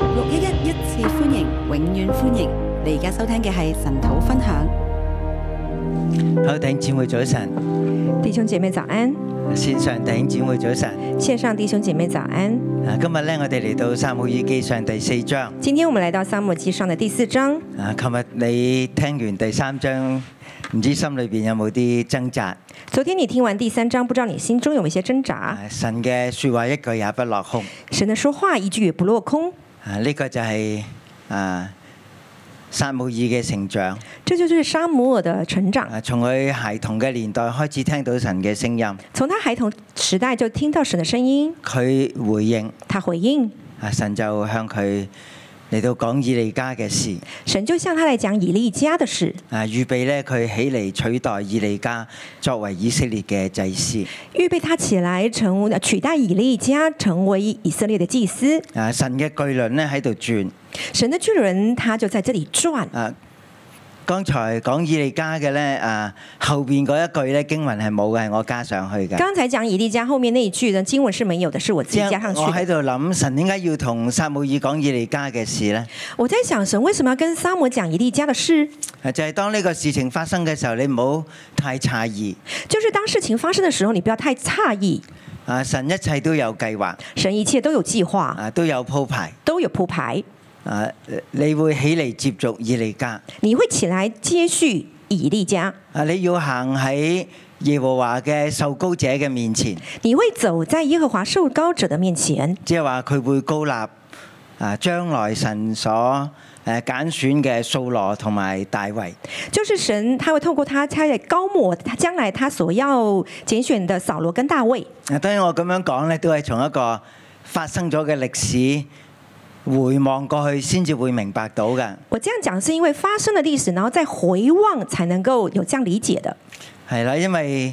六一一一次歡迎，永遠歡迎！你而家收聽嘅係神土分享。好，弟兄姊妹早晨，弟兄姐妹早安，線上弟兄姊妹早晨。線上弟兄姐妹早安。啊，今日咧，我哋嚟到撒母耳記上第四章。今天我們來到撒母耳記上的第四章。啊，琴日你聽完第三章，唔知心裏邊有冇啲掙扎？昨天你聽完第三章，不知道你心中有沒有一些掙扎？啊神嘅説話一句也不落空。神的說話一句也不落空，啊，呢、個就係、啊撒母耳嘅成長。這就是沙姆爾的成長。啊，從佢孩童嘅年代開始聽到神嘅聲音，從他孩童時代就聽到神的聲音，佢回應他回應啊，神就向佢嚟到講以利家嘅事。神就向他來講以利家的事，啊，預備咧佢起嚟取代以利家作為以色列嘅祭司。預備他起來成為取代以利家成為以色列的祭司。啊，神嘅巨輪咧喺度轉。神的巨人他就在這裡轉。啊，剛才講以利家嘅咧，啊後邊嗰一句咧經文係冇嘅，係我加上去嘅。剛才講以利家後面那一句呢，經文是沒有的，是我自己加上去我的喺。度諗，神點解要同撒母耳講以利家嘅事呢？我在想，神為什麼要跟撒母講以利家的事？啊就係、當呢個事情發生嘅時候，你唔好太詫異。就是當事情發生的時候，你不要太詫異，啊，神一切都有計劃，神一切都有計劃，啊都有鋪排。都有鋪排。啊，你會起嚟接續以利家。你會起來接續以利家，啊，你要行喺耶和華嘅受高者嘅面前，你會走在耶和華受膏者的面前，即係話佢會高立啊，將來神所誒揀選嘅掃羅同埋大衛。就是神他會透過他，他來高抹他將來他所要揀選的掃羅跟大衛。啊，當然我咁樣講呢，都係從一個發生咗嘅歷史回望過去，先至會明白到嘅。我這樣講是因為發生了歷史，然後再回望才能夠有這樣理解的。係啦，因為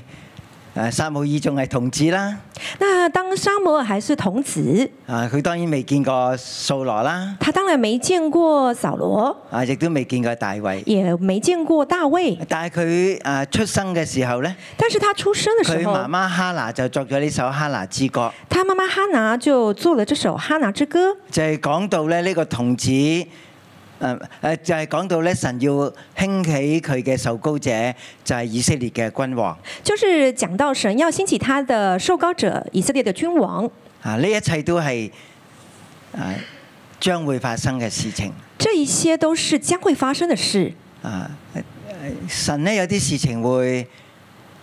誒撒母耳仲係童子啦，那當沙摩爾還是童子，啊，佢當然未見過掃羅啦，他當然沒見過掃羅，啊，亦都未見過大衛。也沒見過大衛，但係佢誒出生嘅時候呢。但是他出生的佢時候，媽媽哈拿就作咗呢首《哈拿之歌他媽媽哈拿就做了這首《哈拿之歌》，》，就係、講到咧呢個童子，誒、呃、誒，就係、講到咧神要興起佢嘅受高者，就係、以色列嘅君王。就是講到神要興起他的受膏者以色列的君王，啊，呢一切都係誒、啊、將會發生嘅事情。這一些都是將會發生的事。啊，誒神咧有啲事情會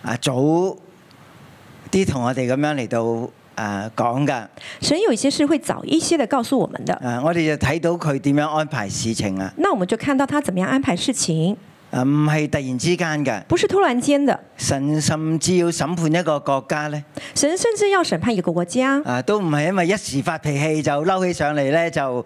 啊早啲同我哋咁樣嚟到。啊，講噶，神有一些事會早一些的告訴我們的，啊，我哋就睇到佢點樣安排事情啊，那我們就看到他怎麼樣安排事情，啊，唔係突然之間嘅，不是突然間的。神甚至要審判一個國家呢，神甚至要審判一個國家，啊，都唔係因為一時發脾氣就嬲起上嚟呢，就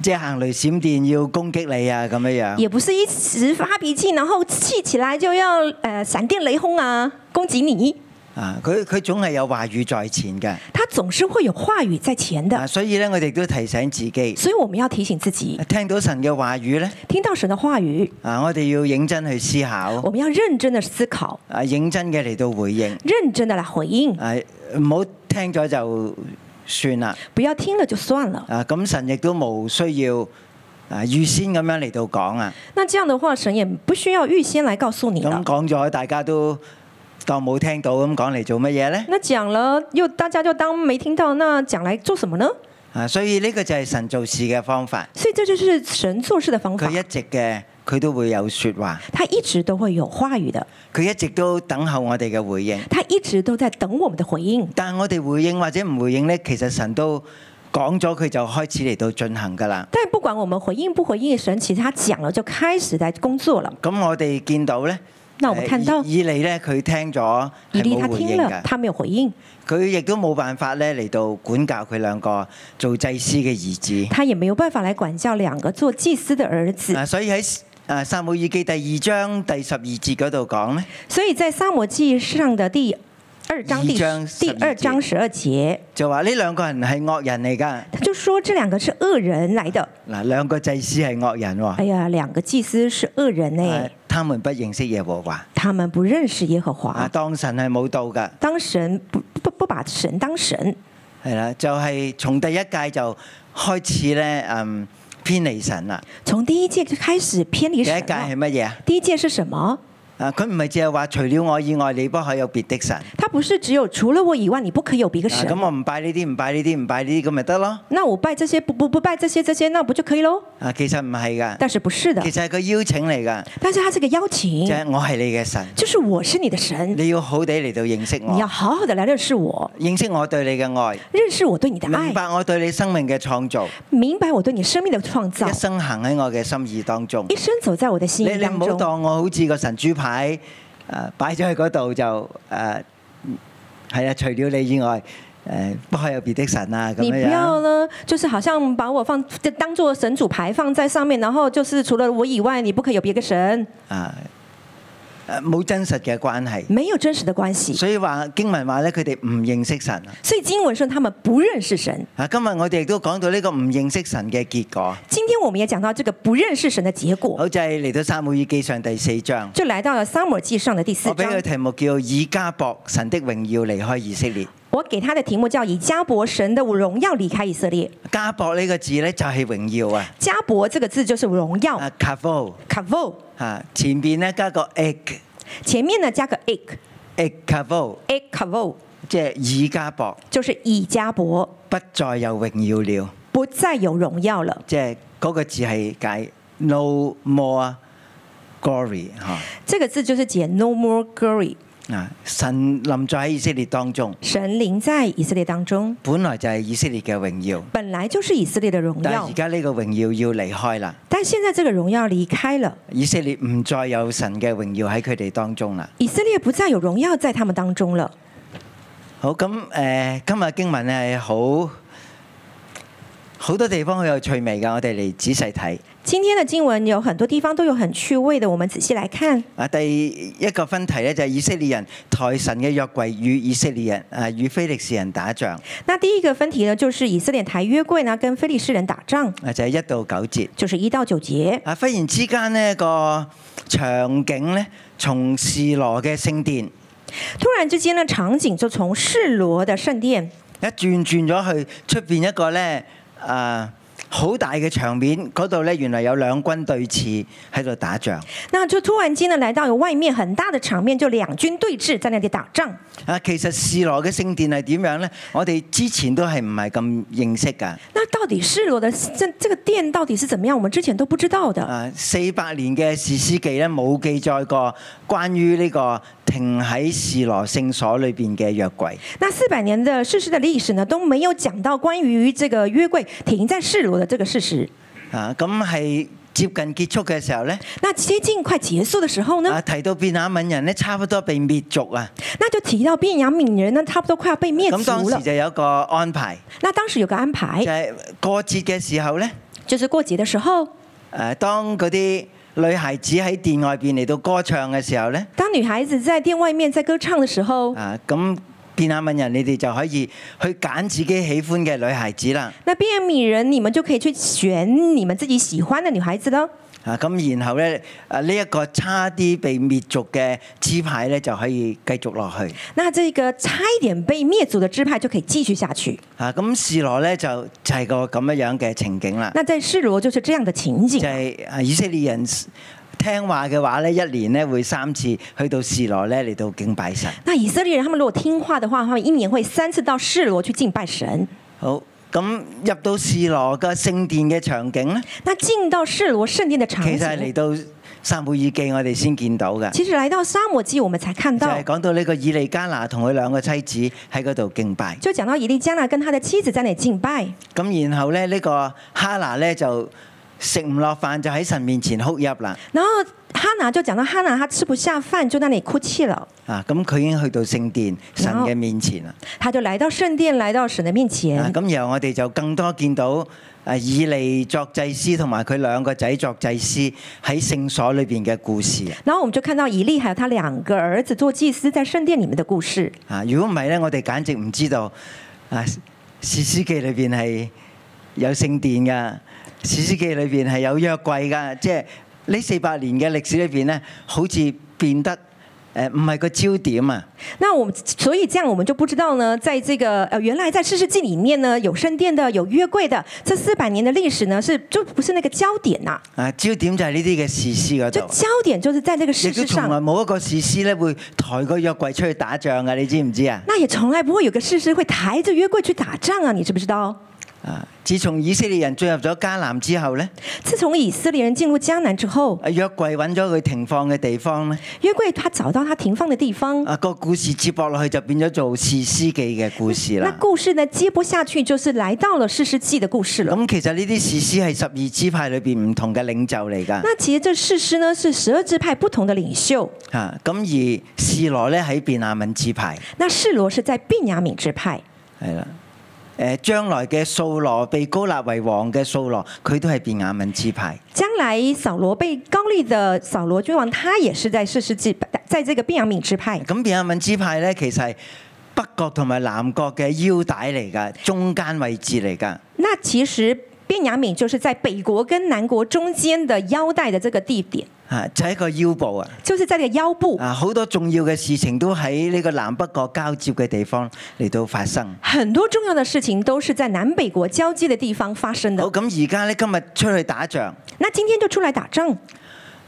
即係行雷閃電要攻擊你啊咁樣樣。也不是一時發脾氣，然後氣起來就要呃閃電雷轟啊攻擊你。啊，佢佢總係有話語在前嘅，他總是會有話語在前啊，的，所以呢，我哋都提醒自己，所以我們要提醒自己，聽到神嘅話語呢，聽到神的話語，啊，我哋要認真去思考我，們要認真的思考，啊，認真嘅嚟到回應，認真的來回應，啊，唔好聽咗就算啦，不要聽了就算了。啊，咁神亦都冇需要啊預先咁樣嚟到講啊。那這樣的話，神也不需要預先來告訴你咁了。講咗，大家都當冇聽到，咁講嚟做乜嘢呢？那講了又大家就當沒聽到，那講來做什麼呢？啊，所以呢個就係神做事嘅方法，所以這就是神做事的方法佢，一直嘅佢都會有説話，他一直都會有話語的，佢一直都等候我哋嘅回應。他一直都在等我們的回應。但係我哋回應或者唔回應呢，其實神都講咗，佢就開始嚟到進行㗎啦。但不管我們回應不回應，神其實他講了就開始在工作了。咁我哋見到呢，那我們看到誒以以利呢，佢聽咗以係利他冇回聽應了，㗎，他沒有回應，佢亦都冇辦法呢嚟到管教佢兩個做祭司嘅兒子。他也沒有辦法來管教兩個做祭司的兒子。啊，所以喺啊撒母耳記第二章第十二節嗰度講呢，所以在撒母記上的第二章第一章十第二節二章十二節，就話呢兩個人係惡人嚟㗎。他就說這兩個是惡人來的。嗱，兩個祭司係惡人喎哎，呀，兩個祭司是惡人呢、啊他們不認識耶和華。他們不認識耶和啊，華，當神係冇到㗎，當神不不不把神當神，係啦，就係、從第一屆就開始咧，嗯，偏離神啦。從第一屆就開始偏第離一屆神係了。乜嘢啊？第一屆是什麼？啊，佢唔係淨係話除了我以外，你不可有別的神。他不是只有除了我以外，你不可有別個啊神。咁、我唔拜呢啲，唔拜呢啲，唔拜呢啲，咁咪得咯。那我拜這些不不不拜這些這些，那不就可以咯？啊，其實唔係噶，但是不是的其，實係個邀請嚟噶，但是它是個邀就請，係、我係你嘅神，就是我是你的神，你要好地嚟到認識你要我，好好的來認識我，認識我對你嘅愛，認識我對你的明愛，白我對你生命嘅創造，明白我對你生命的創造一，生行喺我嘅心意當中。一生走在我的你心意你當唔好中。當我好似個神主牌誒擺咗喺嗰度就誒嗯係啊，除了你以外誒、不可有別的神啊咁你不樣要樣。呢，就是好像把我放就當做神主牌放在上面，然後就是除了我以外，你不可有別個神，啊誒冇真實嘅關係，沒有真實的關係。所以話經文話咧，佢哋唔認識神啊。所以經文說他們不認識神。啊，今日我哋亦都講到呢個唔認識神嘅結果，今天我們也講到這個不認識神的結果，好就係嚟到撒母耳記上第四章，就來到了撒母耳記上的第四我俾章佢。題目叫以加博神的榮耀離開以色列。我給他的題目叫“以加伯神的榮耀離開以色列加博呢個字咧就係榮耀啊，”。加伯這個字就是榮耀啊 c a v o ，kavod。啊前邊咧加個 egg。前面呢加個 ek e k a v o ek kavod，即係以加博，就是以加伯不再有榮耀了。不再有榮耀了。即係嗰個字係解 no more glory 嚇這個字就是解 no more glory，啊！神臨在喺以色列當中，神臨在以色列當中，本來就係以色列嘅榮耀，本來就是以色列的榮但係耀而，家呢個榮耀要離開啦。但現在這個榮耀離開了，以色列唔再有神嘅榮耀喺佢哋當中啦。以色列不再有榮耀在他們當中了。好咁誒、呃今日經文咧係好好多地方好有趣味㗎，我哋嚟仔細睇。今天的經文有很多地方都有很趣味的，我們仔細來看。啊，第一個分題咧就係以色列人抬神嘅約櫃與以色列人啊與非利士人打仗那第一個分題呢，就是以色列抬約櫃呢跟非利士人打仗，啊，就係、一到九節就是一到九節。啊。忽然之間呢個場景咧，從示羅嘅聖殿突然之間呢，場景就從示羅的聖殿一轉轉咗去出邊一個咧啊好大嘅場面，嗰度咧原來有兩軍對峙喺度打仗那就突然間呢，來到有外面很大的場面，就兩軍對峙在那裡打仗。啊。其實示羅嘅聖殿係點樣咧？我哋之前都係唔係咁認識㗎。那到底示羅的這這個殿到底是怎麼樣？我們之前都不知道的。啊，四百年嘅史詩記咧冇記載過關於呢個停喺示羅聖所裏邊嘅約櫃。那四百年的世事的歷史呢，都沒有講到關於這個約櫃停在示羅的這個事實。啊，咁係接近結束嘅時候咧，那接近快結束的時候呢，啊提到便雅憫人咧，差不多被滅族啊。那就提到便雅憫人呢，差不多快要被滅咁當族了哎時。就有一個安排，那當時有個安排就，係過節嘅時候咧，就是過節的時候，誒當嗰啲女孩子喺殿外邊嚟到歌唱嘅時候咧，當女孩子在殿外面在歌唱的時候，啊咁便雅憫人你哋就可以去揀自己喜歡嘅女孩子啦。那便雅憫人，你們就可以去選你們自己喜歡的女孩子了。啊，咁然後咧，啊呢一個差啲被滅族嘅支派咧，就可以繼續落去。那這個差一點被滅族的支派就可以繼續下去。啊，咁示羅咧就就係、個咁樣樣嘅情景啦，那在示羅就是這樣的情景就，係、啊以色列人聽話嘅話咧，一年咧會三次去到示羅咧嚟到敬拜神。那以色列人他們如果聽話的話，他們一年會三次到示羅去敬拜神。好，咁入到示羅嘅聖殿嘅場景咧，那進到示羅聖殿的場其實係嚟景，到撒母耳記我哋先見到嘅，其實來到沙漠記我們才看就到係、，講到呢個以利加拿同佢兩個妻子喺嗰度敬拜。就講到以利加拿跟他的妻子在那裡敬拜。咁然後咧，呢、個哈拿咧就食唔落飯，就喺神面前哭泣啦。然後哈拿就講到哈拿她吃不下飯，就在那裡哭泣了，啊，咁佢已經去到聖殿神然後嘅面前啦。她就來到聖殿，來到神的面啊，前。咁然後我哋就更多見到啊以利作祭司同埋佢兩個仔作祭司喺聖所裏邊嘅故事啊。然後我們就看到以利還有他兩個兒子做祭司在聖殿裡面的故事。啊，如果唔係咧，我哋簡直唔知道啊《史詩記》裏邊係有聖殿噶，《史詩記》裏邊係有約櫃噶，即係呢四百年嘅歷史裏邊咧，好似變得誒唔係個焦點啊。那我们所以这样，我们就不知道呢，在这个呃，原来在四世纪里面呢，有圣殿的，有约柜的，这四百年的历史呢，是就不是那个焦点呐、啊，焦點就係呢啲嘅士師嗰就度，焦点就是在这个亦事都实從來上，冇一個士師咧會抬個約櫃出去打仗嘅，你知唔知啊？那也从来不会有个事师会抬着约柜去打仗啊，你知不知道？啊，自從以色列人進入咗迦南之後咧，自从以色列人进入迦南之后，啊約櫃揾咗佢停放嘅地方咧，约柜他找到他停放的地方。啊個故事接駁落去就變咗做士師記嘅故事那啦。故事呢接不下去，就是来到了四世纪的故事了。咁其實呢啲士師係十二支派裏邊唔同嘅領袖嚟㗎。那其实这士师呢是十二支派不同的领袖，啊，咁而士羅咧喺便雅憫支派，那示罗是在便雅敏支派。係啦。誒，將來嘅掃羅被高立為王嘅掃羅，佢都係便雅憫支派。将来扫罗被高利的扫罗君王，他也是在四世纪，在这个便雅敏支派。咁便雅憫支派咧，其實係北國同埋南國嘅腰帶嚟㗎，中間位置嚟㗎。那其实便雅敏就是在北国跟南国中间的腰带的这个地点，啊，就係、一個腰部啊！就是在这个腰部，啊，好多重要嘅事情都喺呢個南北國交接嘅地方嚟到發生。很多重要的事情都是在南北国交接的地方发生好，的。咁而家咧今日出去打仗，那今天就出来打仗，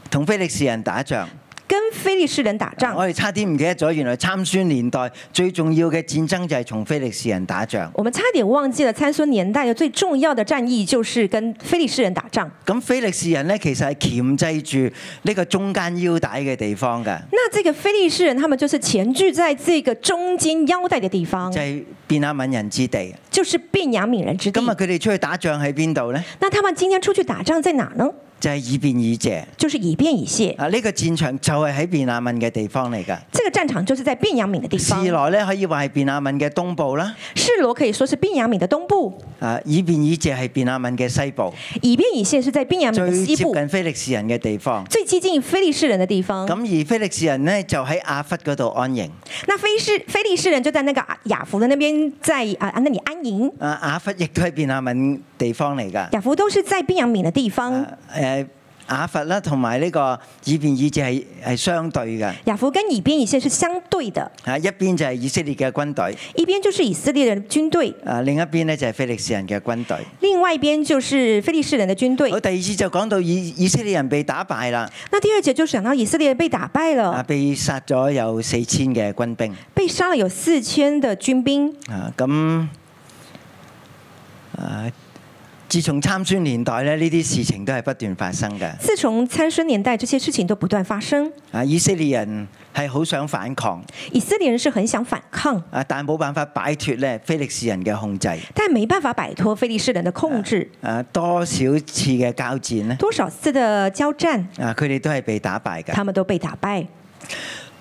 同菲力士人打仗。跟非利士人打仗。我哋差啲唔記得咗，原來參孫年代最重要嘅戰爭就係同菲力士人打仗。我们差点忘记了参孙年代的最重要的战役就是跟非利士人打仗。咁菲力士人呢，其實係鉗制住呢個中間腰帶嘅地方嘅，那这个非利士人他们就是前聚在这个中间腰带的地方就，係便雅憫人之地。就是便雅悯人之地今日。佢哋出去打仗喺邊度呢？那他们今天出去打仗在哪呢？就係以便以謝。就是以便以谢。啊，呢、個戰場就係喺便雅憫嘅地方嚟㗎。这个战场就是在便雅悯的地士方。來呢，可以話係便雅憫嘅東部啦，示罗可以说是便雅悯的东部，啊，以便以謝係便雅憫嘅西部，以便以谢是在便雅悯的最西接部，近菲力士人嘅地方。最接近非利士人的地方。咁而菲力士人呢，就喺亞弗嗰度安營。那非士非利士人就在那个啊雅弗的那边，在啊啊那里安营。啊，雅弗亦都係便雅憫地方嚟㗎。雅弗都是在便雅悯的地方。啊誒、雅弗啦，同埋呢個以便以謝係係相對㗎。雅弗跟以便以谢是相對的，啊，一邊就係以色列嘅軍隊，一边就是以色列人的军队，啊，另一邊呢就係菲力士人嘅軍隊。另外一边就是非利士人的军队好，。第二次就講到以以色列人被打敗啦，那第二节就讲到以色列被打败啊，了，被殺咗有四千嘅軍兵，被杀了有四千的军兵。啊，咁啊，自從參孫年代咧，呢啲事情都係不斷發生嘅。自从参孙年代，这些事情都不断发生。啊，以色列人係好想反抗，以色列人是很想反抗，啊，但冇辦法擺脱咧非利士人嘅控制。但没办法摆脱非利士人的控制。啊，多少次嘅交戰呢？多少次的交战，啊，佢哋都係被打敗嘅。他们都被打败。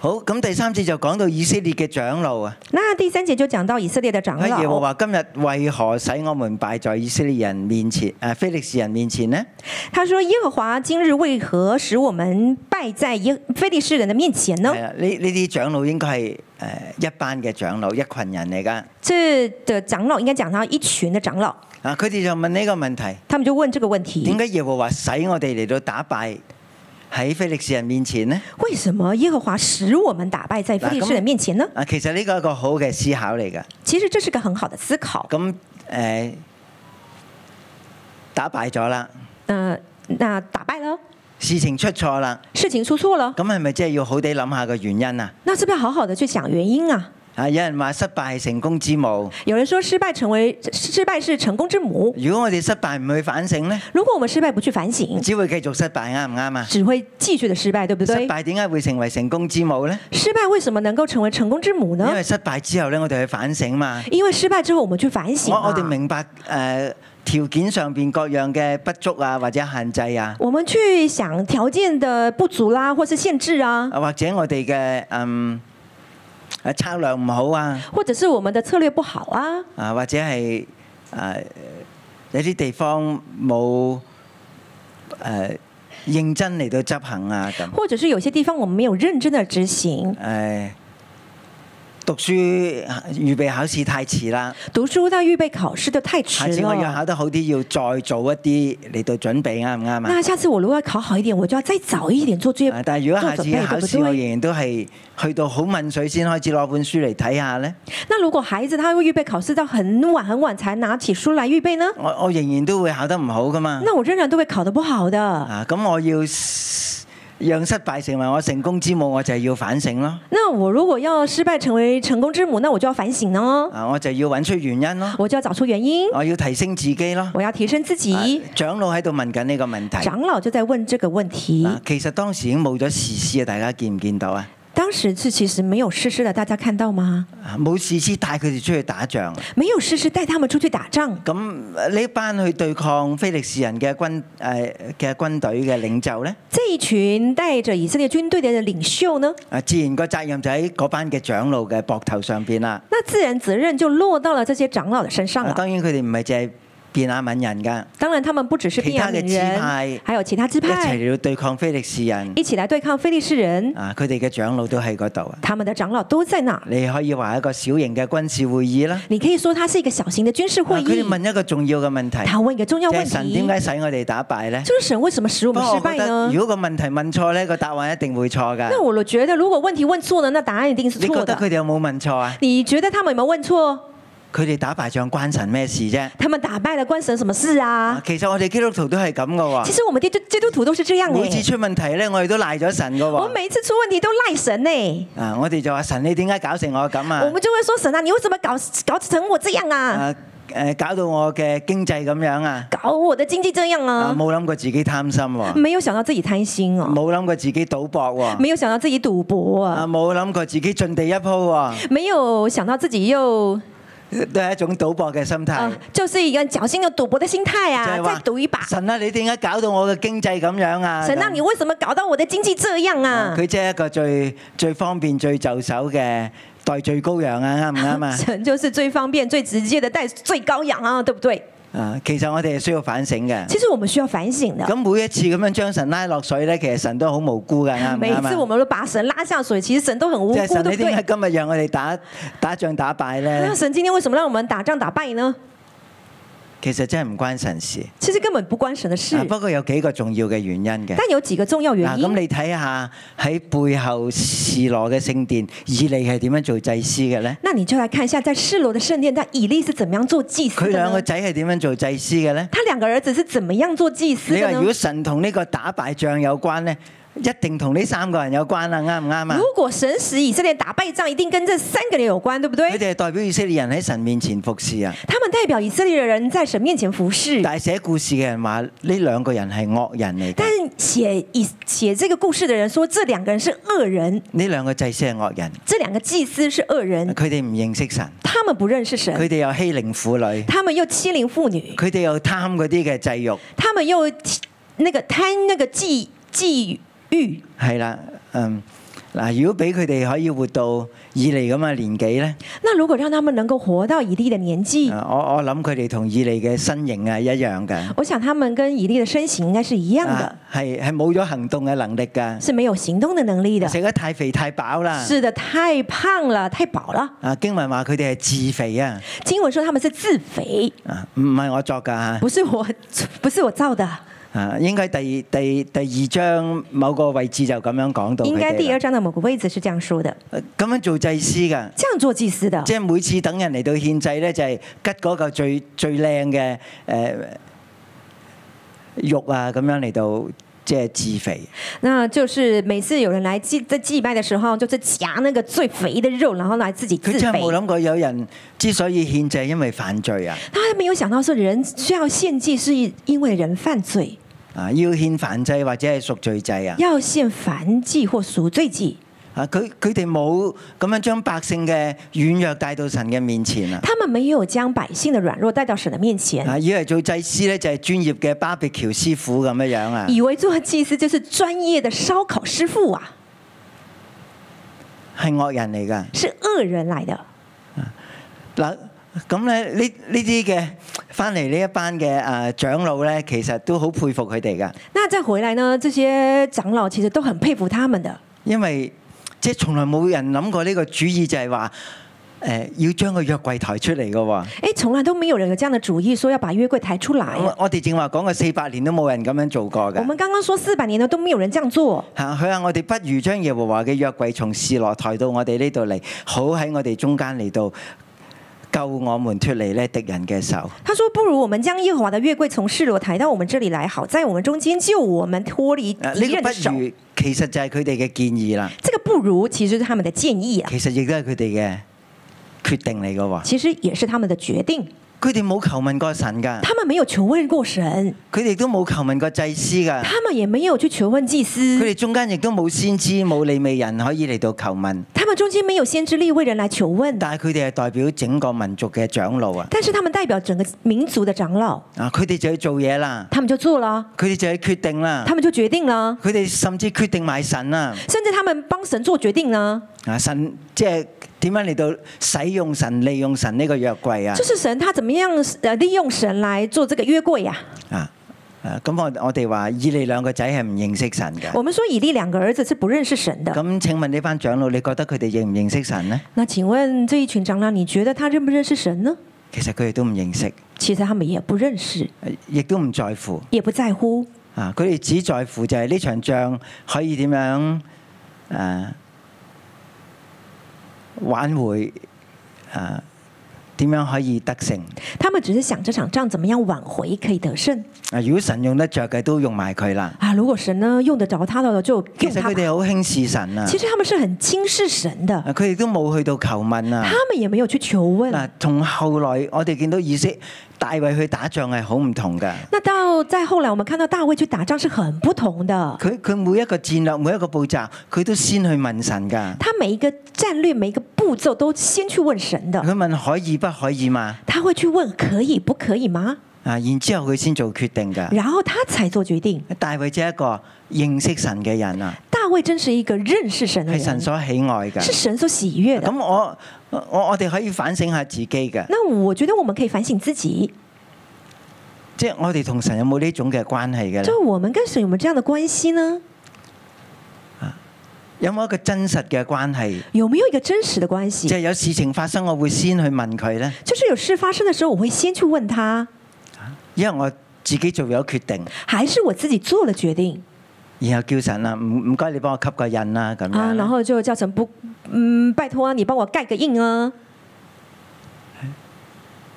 好，咁第三節就講到以色列嘅長老啊，那第三节就講到以色列的長喺耶和老，華今日為何使我們敗在以色列人面前？誒、非利士人面前呢？他說：耶和華今日為何使我們敗在耶非利士人的面前呢係？啊，呢呢啲長老應該係呃誒一班嘅長老，一群人嚟㗎。这的長老应该讲到一群的長老，啊，佢哋就問呢個問題：他们就問這個問點解題：耶和華使我哋嚟到打敗喺非利士人面前呢？為什麼耶和華使我們打敗在非利士人面前呢？啊，其實呢個係一個好嘅思考嚟㗎。其實這是個很好的思考。咁誒、打敗咗啦，呃，那打敗了，事情出錯啦，事情出錯了，咁係咪即係要好地諗下個原因啊？那是不是要好好的去想原因啊？啊！有人話失敗係成功之母。有人說失敗成為失敗是成功之母，如果我哋失敗唔去反省呢，如果我們失敗不去反省，只會繼續失敗，啱唔啱啊？只會繼續的失敗，對不失對？敗點解會成為成功之母呢？失敗為什麼能夠成為成功之母因呢？為失敗之後呢，我哋去反省嘛。因為失敗之後我們去反省啊我嘛、我哋明白誒、呃、條件上邊各樣嘅不足啊，或者限制啊，我們去想條件的不足啦，或是限制啊，啊或者我哋嘅嗯啊策略唔好啊，或者是我們的策略不好啊，啊或者係啊有啲地方冇誒、呃、認真嚟到執行啊咁。或者是有些地方我們沒有認真的執行，誒呃讀書啊預備考試太遲啦，读书到预备考试的太下迟次我要了。考得好啲，要再做一啲嚟到準備，啱唔啱啊？那下次我如果要考好一点，我就要再早一点做作业啊但係如果下做次准备，考对不試我对？仍然都係去到好問水先開始攞本書嚟睇下呢，那如果孩子他会预备考试到很晚很晚才拿起书来预备呢？我我仍然都會考得唔好噶嘛。那我仍然都会考得不好的。啊，咁我要 s- 讓失敗成為我成功之母，我就係要反省咯。那我如果要失败成为成功之母，那我就要反省呢，啊，我就要揾出原因咯，我就要找出原因，我要提升自己咯。我要提升自啊己。長老喺度問緊呢個問題。长老就在問这个问题，嗱，其實當時已經冇咗士師啊，大家見唔見到啊？当时是其实没有事师的，大家看到吗？啊冇士師帶佢哋出去打仗，没有事师带他们出去打仗，咁呃呢班去對抗非利士人嘅軍誒嘅、軍隊嘅領袖呢，这一群带着以色列军队的领袖呢，啊自然個責任就喺嗰班嘅長老嘅膊頭上邊啦。那自然责任就落到了这些长老的身上啊，了。當然佢哋唔係淨係變亞敏人㗎，当然，他们不只是便雅悯其他嘅支人派，还有其他支一齊派嚟到對抗非利士人。一起来对抗非利士人，啊，佢哋嘅長老都喺嗰度啊。他们的长老都在那。你可以話一個小型嘅軍事會議啦。你可以说它是一个小型的军事啊会佢哋议。問一個重要嘅問題，他问一个重要就问係神點题，解使我哋打敗呢？就是神为什么使我不们過失我败覺呢得？如果個問題問錯呢，個答案一定會錯那㗎。我觉得，如果问题问错了，那答案一定是你覺错得的。佢哋有冇問錯啊？你觉得他们有没有问错？佢哋打敗仗關神咩事啫？他们打败了关神什么事啊啊？其實我哋基督徒都係咁其㗎实我们基督基督徒都是这样喎，的、每次出問題呢，我哋都賴咗神㗎我们喎。每一次出问题都赖神呢、啊，我哋就話神，你點解搞成我咁我啊？们就会说神啊，你为什么搞搞成我这样啊？啊誒，搞到我嘅經濟咁樣啊！搞我的经济这样啊，啊？嗯冇諗過自己貪心喎，没有想到自己贪心哦，冇諗過自己賭博喎，没有想到自己赌博啊，啊，冇諗過自己盡地一鋪喎。没有想到自己又都係一種賭博嘅心態啊，，就是一个侥幸的赌博的心态就啊，係話再赌一把。神啊，你點解搞到我嘅經濟咁樣啊？哦神啊，咁你为什么搞到我的经济这样啊？佢即係一個最最方便、最就手嘅代罪羔羊啊，啱唔啱 啊？神就是最方便、最直接的带最高养啊，对不对？啊，其實我哋係需要反省 嘅。其实我们需要反省的。咁每一次咁樣將神拉落水咧，其實神都好無辜嘅，啱唔每一次啱我啊？們都把神拉下水，其实神都很无即辜，係神，对你不點解对？今日讓我哋打打仗打敗咧那？神今天为什么让我们打仗打败呢？其實真係唔關神事。其实根本不关神的事啊，不過有幾個重要嘅原因嘅。但有几个重要嗱，原因。咁你睇下喺背後示羅嘅聖殿，以利係點樣做祭司嘅咧？那你就来看一下，在示罗的圣殿，但以利是怎么样做祭司佢的兩個呢？仔係點樣做祭司嘅呢？他两个儿子是怎么样做祭司你話的如果呢？神同呢個打敗仗有關呢，一定同呢三個人有關啦，啱唔啱啊如？果神使以色列打败仗，一定跟这三个人有关，对不佢对？哋係代表以色列人喺神面前服侍啊，他们代表以色列的人在神面前服侍。但係寫故事嘅人話呢兩個人係惡人嚟但嘅，写以写这个故事的人说，这两个人是恶人，呢兩個祭司係惡人，这两个祭司是恶人，佢哋唔認識神，他们不认识神，佢哋又欺凌婦女，他们又欺凌妇女，佢哋又貪嗰啲嘅祭肉，他们又那个贪那个祭祭欲。係啦，嗯。嗱，如果俾佢哋可以活到以利咁嘅年紀呢，那如果让他们能够活到以利的年纪，啊我我諗佢哋同以利嘅身形係一樣嘅。我想他们跟以利的身形应该是一样的，啊係係冇咗行動嘅能力㗎，是没有行动的能力的。食得太肥太飽啦。是的，太胖了，太饱了。啊經文話佢哋係自肥啊，经文说他们是自肥，啊唔係我作㗎不是我， 不是我造的。嚇，啊應該第第第二章某個位置就咁樣講到应佢该第哋二啦。章的某个位置是这样说的，呃咁樣做祭司㗎，这样做祭司的。即係每次等人嚟到獻祭咧，就係吉嗰嚿最最靚嘅誒肉啊，咁樣嚟到即係自肥。那就是每次有人来祭在祭拜的时候，就是夹那个最肥的肉，然后来自己自佢真係肥。冇諗過有人之所以獻祭，因為犯罪啊，他没有想到是人需要献祭，是因为人犯罪，啊要獻犯祭或者係贖罪祭啊。要献燔祭或赎罪祭。啊！佢佢哋冇咁樣將百姓嘅軟弱帶到神嘅面前啊！他们没有将百姓的软弱带到神的面前，啊，以為做祭司咧就係專業嘅巴比喬師傅咁樣樣啊！以为做祭司就是专业的烧烤师傅啊，係惡人嚟㗎。是恶人来的。嗱，咁咧呢呢啲嘅翻嚟呢一班嘅啊長老咧，其實都好佩服佢哋㗎，那再回来呢，这些长老其实都很佩服他们的，因為即係從來冇人諗過呢個主意就係話誒要將個約櫃抬出嚟嘅喎。哎，从来都没有人有这样的主意，说要把约柜抬出来。啊我我哋正話講嘅四百年都冇人咁樣做過我嘅。们刚刚说四百年的都没有人这样做，嚇！啊佢話：我哋不如將耶和華嘅約櫃從示羅抬到我哋呢度嚟，好喺我哋中間嚟到救我們脱離咧敵人嘅手。他说：“不如我们将耶和华的约柜从示罗抬到我们这里来，好在我们中间救我们脱离啊呢、敌個人不的手。如其實就係佢哋嘅建議啦，这个不如其实是他们的建议啊，其實亦都係佢哋嘅決定嚟嘅喎。其实也是他们的决定。佢哋冇求問過神㗎，他们没有求问过神，佢哋都冇求問過祭司㗎，他们也没有去求问祭佢司，哋中間亦都冇先知冇利未人可以嚟到求問，他们中间没有先知立位人来求问的。但係佢哋係代表整個民族嘅長老啊！但是他们代表整个民族的长老，啊，佢哋就去做嘢啦，他们就做了，佢哋就去決定啦，他们就决定了，佢哋甚至決定埋神啦。甚至他们帮神做决定呢。啊！神即係點樣嚟到使用神、利用神呢個約櫃啊就？是神他怎么样呃利用神来做这个约柜呀、啊！誒咁我我哋話以利兩個仔係唔認識神嘅。我们说以利两个儿子是不认识神的。咁請問呢班長老，你覺得佢哋認唔認識神呢？那请问这一群长老，你觉得他认不认识神呢？其實佢哋都唔認識，其实他们也不认识，亦都唔在乎也不在乎。啊！佢哋只在乎就係呢場仗可以點樣誒、啊挽回誒點、樣可以得勝他们只是想这场仗怎么样挽回可以得胜啊！如果神用得着嘅，都用埋佢啦。啊！如果神呢用得着他的就其用實他佢吧。哋好輕視神啊！其实他们是很轻视神的，啊佢哋都冇去到求問啊！他們也没有去求问。嗱，同後來我哋見到以色大衛去打仗係好唔同㗎。那到再後來，我們看到大衛去打仗是很不同的，佢佢每一個戰略、每一個步驟，佢都先去問神㗎。他每一个战略、每一个步驟都先去問神的，佢問可以不可以嘛？他会去問可以不可以嗎？啊，然之後佢先做決定㗎。然后他才做決定。大衛只係一個認識神嘅人啊，大衛真是一個認識神的係人，神所喜愛是㗎。神所喜悦的。咁我我我哋可以反省下自己㗎，那我覺得我們可以反省自己，即係我哋同神有冇呢種嘅關係嘅咧？就我們跟神有沒有這樣的關係呢？有冇一個真實嘅關係？有沒有一個真實的關即係？係有事情發生，我會先去問佢咧，就是有事發生的時候，我會先去問他，因為我自己做咗決定。還是我自己做了決定然後叫神啦，唔唔該，你幫我吸個印啦，咁啊？樣然啦。後就叫神不，嗯，拜托啊，你幫我蓋個印啊。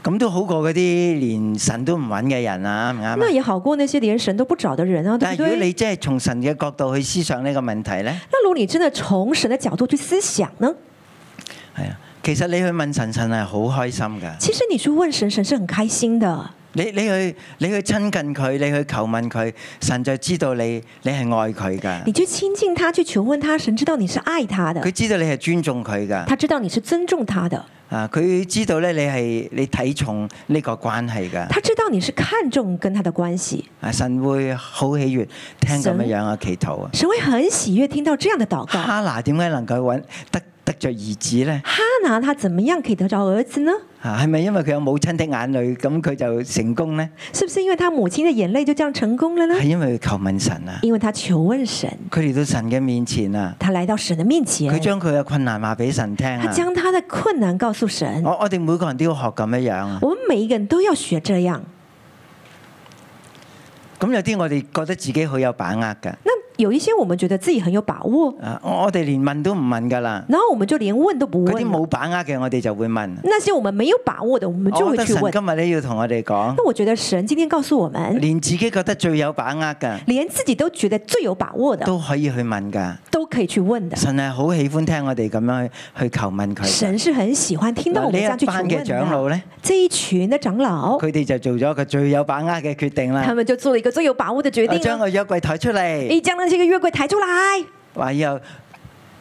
咁都好過嗰啲連神都唔揾嘅人啊，啱唔啱那啊？也好过那些连神都不找的人啊，对但不係如果对？你真係從神嘅角度去思想呢個問題呢，那如果你真的从神的角度去思想呢，係啊，其實你去問神，神係好開心㗎。其实你去问神，神是很开心的。你你去你去親近佢，你去求問佢，神就知道你你係愛佢㗎。你去亲近他，去求问他，神知道你是爱他的佢，知道你係尊重佢㗎。他知道你是尊重他的，啊，佢知道咧你係你睇重呢個關係㗎。他知道你是看重跟他的关系。啊，神會好喜悅聽咁神樣樣嘅祈禱啊。神会很喜悦听到这样的祷告。哈拿點解能夠揾得得着兒子呢？哈拿他怎么样可以得着儿子呢？啊，係咪因為佢有母親的眼淚，咁佢就成功呢？是不是因为他母亲的眼泪就这样成功了呢係？因為佢求問神啊，因为他求问神，佢嚟到神嘅面前啊，他来到神的面前佢，將佢嘅困難話俾神聽他啊。将他的困难告诉神。我我哋每個人都要學咁樣樣啊。我们每一个人都要学这样。咁有啲我哋覺得自己好有把握嘅，那有一些我们觉得自己很有把握，啊，我我哋連問都唔問㗎啦。然后我们就连问都不嗰啲问了。冇把握嘅，我哋就會問。那些我们没有把握的，我们就我覺会得哦去神问。嗯今日咧要同我哋講，那我觉得神今天告诉我们，連自己覺得最有把握嘅连自己都觉得最有把握的，都可以去問㗎。都可以去问的。神係好喜歡聽我哋咁樣去去求問佢㗎。神是很喜欢听到嗱我呢们这样去一求班嘅问長老的。咧。这一群的长老，佢哋就做咗一個最有把握嘅決定他啦，们就做了一个最有把握的决定將了。個約櫃抬出嚟，哎，将那些个约柜抬出来。話以後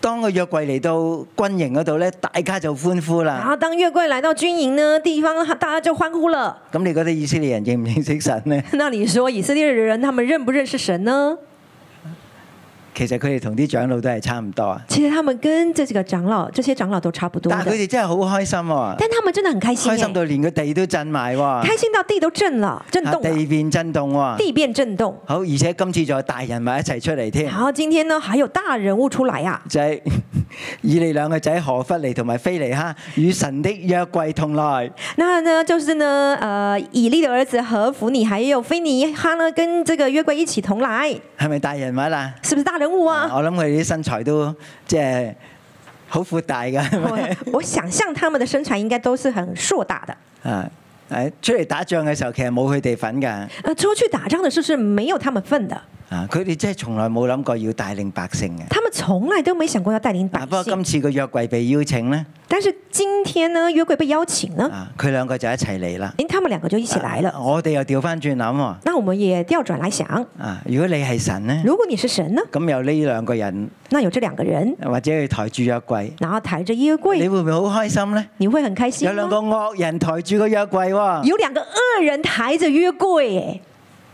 當個約櫃嚟到軍營嗰度咧，大家就歡呼然啦。后当约柜来到军营呢地方，大家就欢呼了。 咁你覺得以色列人認唔認識神呢？那你说以色列人他们认不认识神呢？其實佢哋同啲長老都係差唔多啊，其实他们跟这几个长老，这些長老都差不多但係佢的，哋真係好開心喎，但他们真的很开心、開欸，心到連個地都震埋喎，开心到地都震了，震啊动了，地面震動喎。地變震動。好，而且今次仲有大人物一齊出嚟添然，後今天呢，还有大人物出来呀、啊就係以利兩個仔何弗尼同埋非尼哈與神的約櫃同來。那呢，就是呢，呃，以利的儿子何弗你还有菲尼哈呢，跟这个约柜一起同来，係咪大人物啊？是不是大人物啊？我諗佢哋啲身材都即係好闊大㗎，係咪 我我想象他们的身材应该都是很硕大的。啊？誒，出嚟打仗嘅時候其實冇佢哋份㗎。呃，出去打仗的事是没有他们份的，啊！佢哋真係從來冇諗過要帶領百姓嘅。他们从来都没想过要带领百啊，不過姓今。次個約櫃被邀請咧，但是今天呢，约柜被邀请呢，啊，佢兩個就一齊嚟啦。因他们两个就一起来啊了。我哋又調翻轉諗喎。那我们也调转来想，啊，如果你係神咧，如果你是神呢，咁有呢兩個人那有这两个人，或者佢抬住約櫃，然后抬着约你柜，會唔會好開心咧？你会很开心啊有啊兩個吗？惡人抬住個約櫃喎，有两个恶人抬着约柜，哎，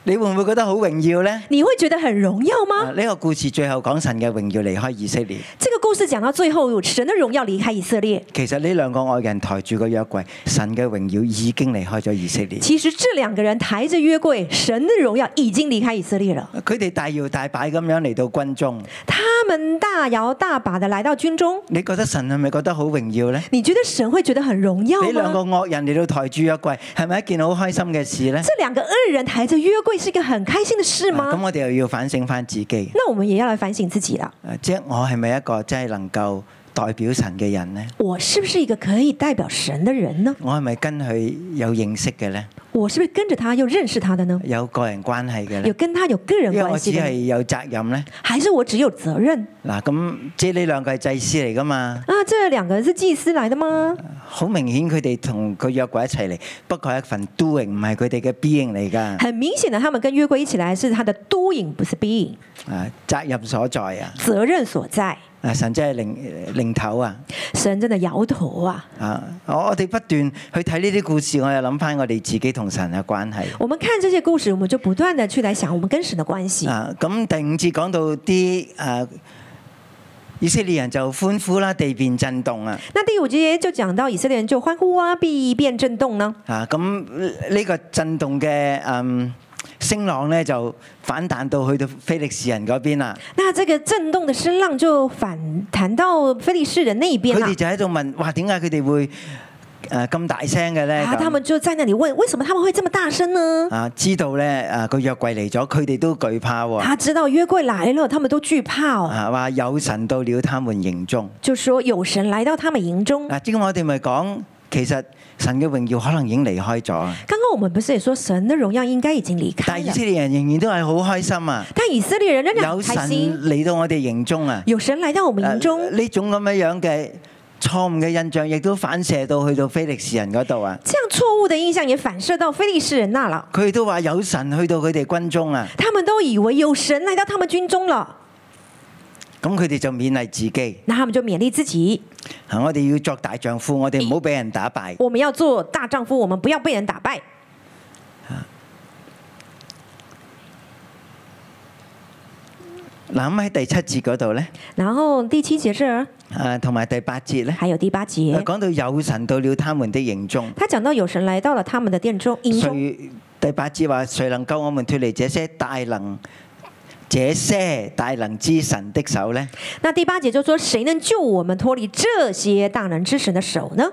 你會唔會覺得好榮耀呢？你会觉得很荣耀啊吗？呢個故事最後講神嘅榮耀離開以色列。这个故事讲到最后，神的榮耀离开以色列。其實呢兩個惡人抬住個約櫃，神嘅榮耀已經離開咗以色列。其实这两个人抬着约柜，神的荣耀已经离开以色列了。佢哋大搖大擺咁樣嚟到軍中，他们大摇大把的来到军中，你覺得神係咪覺得好榮耀呢？你觉得神会觉得很荣耀俾兩個吗？惡人嚟到抬住約櫃，係咪一件好開心嘅事呢？这两个恶人抬着约柜是一个很开心的事啊咁、吗？我哋又要反省翻自己，那我们也要来反省自己了。啊即係我係咪一個真係能夠代表神嘅人呢？我是不是一个可以代表神的人呢？我係咪跟佢有認識嘅呢？我是不是跟着他又认识他的呢？有個人關係嘅有呢？跟他有个人因為我关只系的呢，係有責任呢。还是我只有责任嗱，咁即係呢兩個係祭司嚟噶嘛，啊？这两个人是祭司来的吗？好明顯佢哋同個約櫃一齊嚟，不過係一份 doing，唔係佢哋嘅 being 嚟㗎。很明显的，他们跟约柜一起来是他的 doing 不是 being，啊，責任所在啊！责任所在。啊，神真係領領頭啊！神真的摇头啊！啊！我我哋不斷去睇呢啲故事，我又諗翻我哋自己同神嘅關係。我们看这些故事，我们就不断的去来想我们跟神的关系。啊，咁第五節講到啲啊以色列人就歡呼啦，地變震動啊！那第五节就讲到以色列人就欢呼啊，必变震动呢。啊，咁呢個震動嘅嗯聲浪咧就反彈到去到菲力士人嗰邊啦。那这个震动的声浪就反弹到菲利士人那一边啊佢了哋。就喺度問：哇，點解佢哋會誒咁大聲嘅咧？然后啊他咁们就在那里问，为什么他们会这么大声呢？啊，知道咧啊個約櫃嚟咗，佢哋都懼怕喎。他知道啊约柜来了，他们都惧怕哦，啊，話有神到了他們啊營中。就说有神来到他们营中。嗱，正如我哋咪講，其實神嘅榮耀可能已經離開咗，刚刚我们不是也说神的荣耀应该已经离开但以了色，列人仍然都係好開心啊！但以色列人仍然有很神开心，嚟到我哋營中啊！有神来到我们营中啊。呢種咁樣樣嘅錯誤嘅印象，亦都反射到去到非利士人嗰度啊！这样错误的印象也反射到非利士人那了。佢哋都話有神去到佢哋軍中啊，他们都以为有神来到他们军中了，咁佢哋就勉勵自己：那他们就勉励自己：啊，我哋要作大丈夫，我哋唔好俾人打敗。我们要做大丈夫，我们不要被人打败。嗱，咁喺第七節嗰度呢，然后第七节这儿啊，同埋第八節呢，还有第八啊节，講到有神到了他們的營中。他讲到有神来到了他们的殿中，营中。誰第八節話：誰能救我們脱離這些大能、這些大能之神的手呢？那第八节就说：谁能救我们脱离这些大能之神的手呢？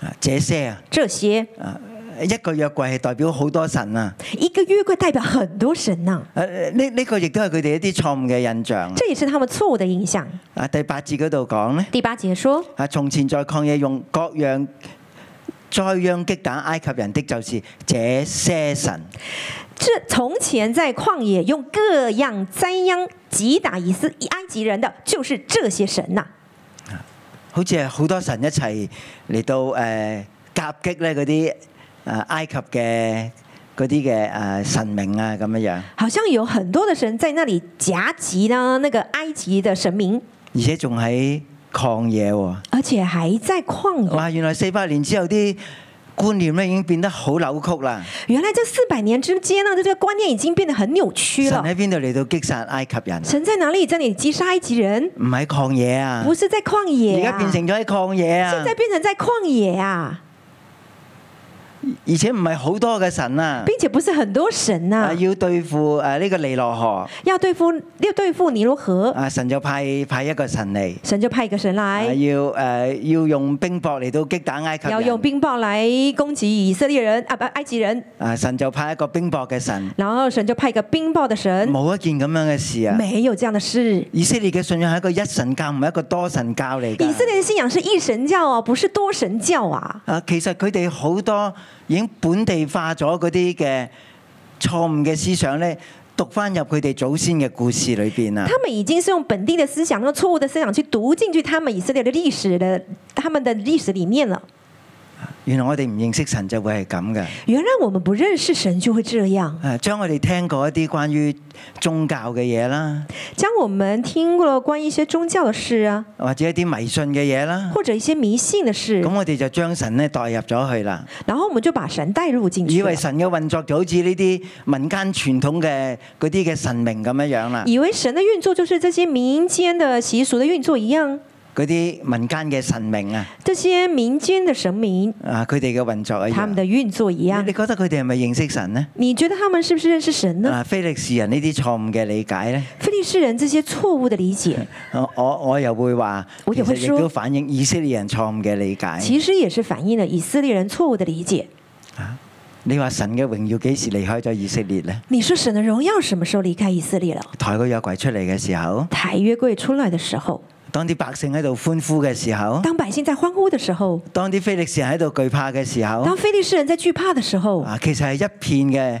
啊，這些啊，这些啊一個約櫃係代表好多神啊！一个约柜代表很多神呐、啊呢呢個亦都係佢哋一啲錯誤嘅印象。这也是他们错误的印象。啊，第八節嗰度講呢，第八节说。啊，從前在曠野用各樣災殃擊打埃及人的，就是這些神。这从前在旷野用各样灾殃击打以色以埃及人的，就是这些神呐、好似係好多神一齊嚟到誒、呃、夾擊咧嗰啲誒埃及嘅嗰啲嘅誒神明啊咁樣樣，好像有很多的神在那里夹击呢那个埃及的神明，而且仲喺曠野喎、而且还在旷野。哇！原來四百年之後啲觀念咧已經變得好扭曲啦。原来这四百年之间呢，这个观念已經變得很扭曲神了。喺邊度嚟到擊殺埃及人？神在哪里？在那里击杀埃及人，唔喺曠野啊不！是在曠而野、家啊，變成咗喺曠野啊现！在变成在旷野啊！而且唔係好多嘅神啊，并且不是很多神呐、啊要對付诶呢個尼羅河，要对付要对付尼罗河，啊神就派派一個神嚟，神就派一个神啊来，要诶要用冰雹嚟到擊打埃及要用人，冰雹来攻击以色列人啊不埃及人，啊神就派一個冰雹嘅神，然后神就派一个冰雹的神，冇一件咁樣嘅事啊！没有这样的事。以色列嘅信仰係一個一神教，唔係一個多神教嚟以色㗎。列的信仰是一神教啊，不是多神教啊。啊，其實佢哋好多已經本地化咗嗰啲嘅錯誤嘅思想咧，讀翻入佢哋祖先嘅故事裏邊啊。他们已经是用本地的思想、用错误的思想去读进去他们以色列的历史的他们的历史里面了。原來我哋唔認識神就會係咁嘅。原来我们不认识神就会这样，誒，將我哋聽過一啲關於宗教嘅嘢啦，将我们听过了关于一些宗教的事啊，或者一啲迷信嘅嘢啦，或者一些迷信的事咁，我哋就將神咧代入咗去啦，然后我们就把神带入进以去了啊為神嘅運作就好似呢啲民間傳統嘅嗰啲嘅神明咁樣樣啦，以为神的运作就是这些民间的习俗的运作一样，嗰啲民間嘅神明啊，这些民间的神明啊，佢哋嘅運作一他们樣。的运作一你样你。覺得佢哋係咪認識神呢？你觉得他们是不是认识神呢？啊，菲力士人呢啲錯誤嘅理解呢，菲利士人这些错误的理解，我我我又會話，我其亦會實說亦都反映以色列人錯誤嘅理解。其实也是反映了以色列人错误的理解。你話神嘅榮耀幾時離開咗以色列呢？你说神的荣耀什么时候离开以色列了？抬個約櫃出嚟嘅時候。抬约柜出来的时候，當啲百姓喺度歡呼嘅時候，当百姓在欢呼的时候，當啲非利士人喺度懼怕嘅時候，当非利士人在惧怕的时候，哦啊，其實係一片嘅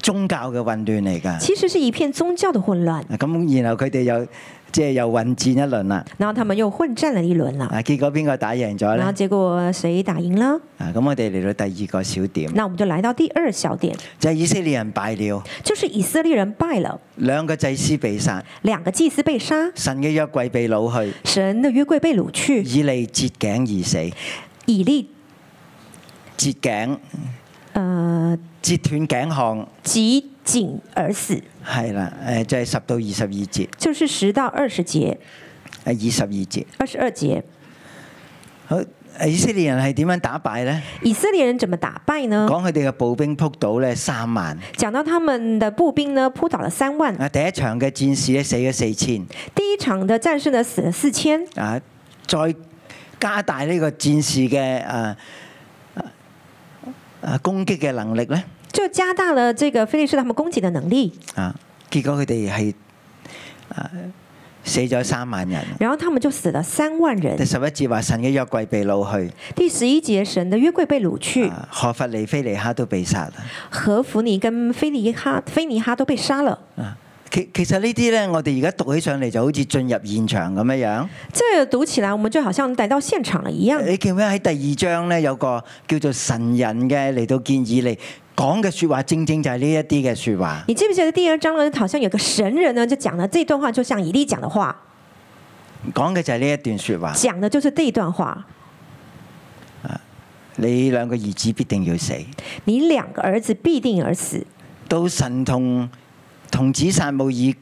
宗教嘅混亂嚟㗎。啊其实是一片宗教的混乱。咁然後佢哋又即係又混戰一輪啦。然后他们又混战了一轮了，啊，結果邊個打贏咗然后呢？结果谁打赢了？啊，咁我哋嚟到第二個小點，那我们就来到第二小点，就係、以色列人敗了，就是以色列人败了，兩個祭司被殺，两个祭司被杀，神嘅約櫃被掳去，神的约柜被掳去，以利截頸而死，以利截頸呃截斷頸項，及颈而死，係啦，誒、就係、十到二十二節，就是十到二十节，誒二十二節。二十二节，好，呃以色列人係點樣打敗呢？以色列人怎么打败呢？講佢哋嘅步兵撲倒咧三萬，讲到他们的步兵呢，扑倒了三万，啊第一場嘅戰士咧死咗四千，第一场的战士呢死了四千，啊再加大呢個戰士嘅啊啊啊攻擊嘅能力咧，就加大了这个菲利士他们攻击的能力，啊結果佢哋係啊死咗三萬人。然后他们就死了三万人第。十一節話神嘅約櫃被擄第十一节，神的约柜被掳去，去，啊何弗尼菲尼哈都被殺啦。何弗尼跟菲尼哈、菲尼哈都被杀了。啊其其實呢啲咧，我哋而家讀起上嚟就好似進入現場咁樣樣。这读起来，我们就好像来到现场了一样。你記唔記得喺第二章咧有個叫做神人嘅嚟到建議你講嘅説話，正正就係呢一啲嘅説話。你记不记得第二章呢？好像有个神人呢，就讲了这段话，就像以利讲的话，講嘅就係呢一段説話。讲的就是这一段话：你兩個兒子必定要死。你两个儿子必定而死。到神同同子撒母耳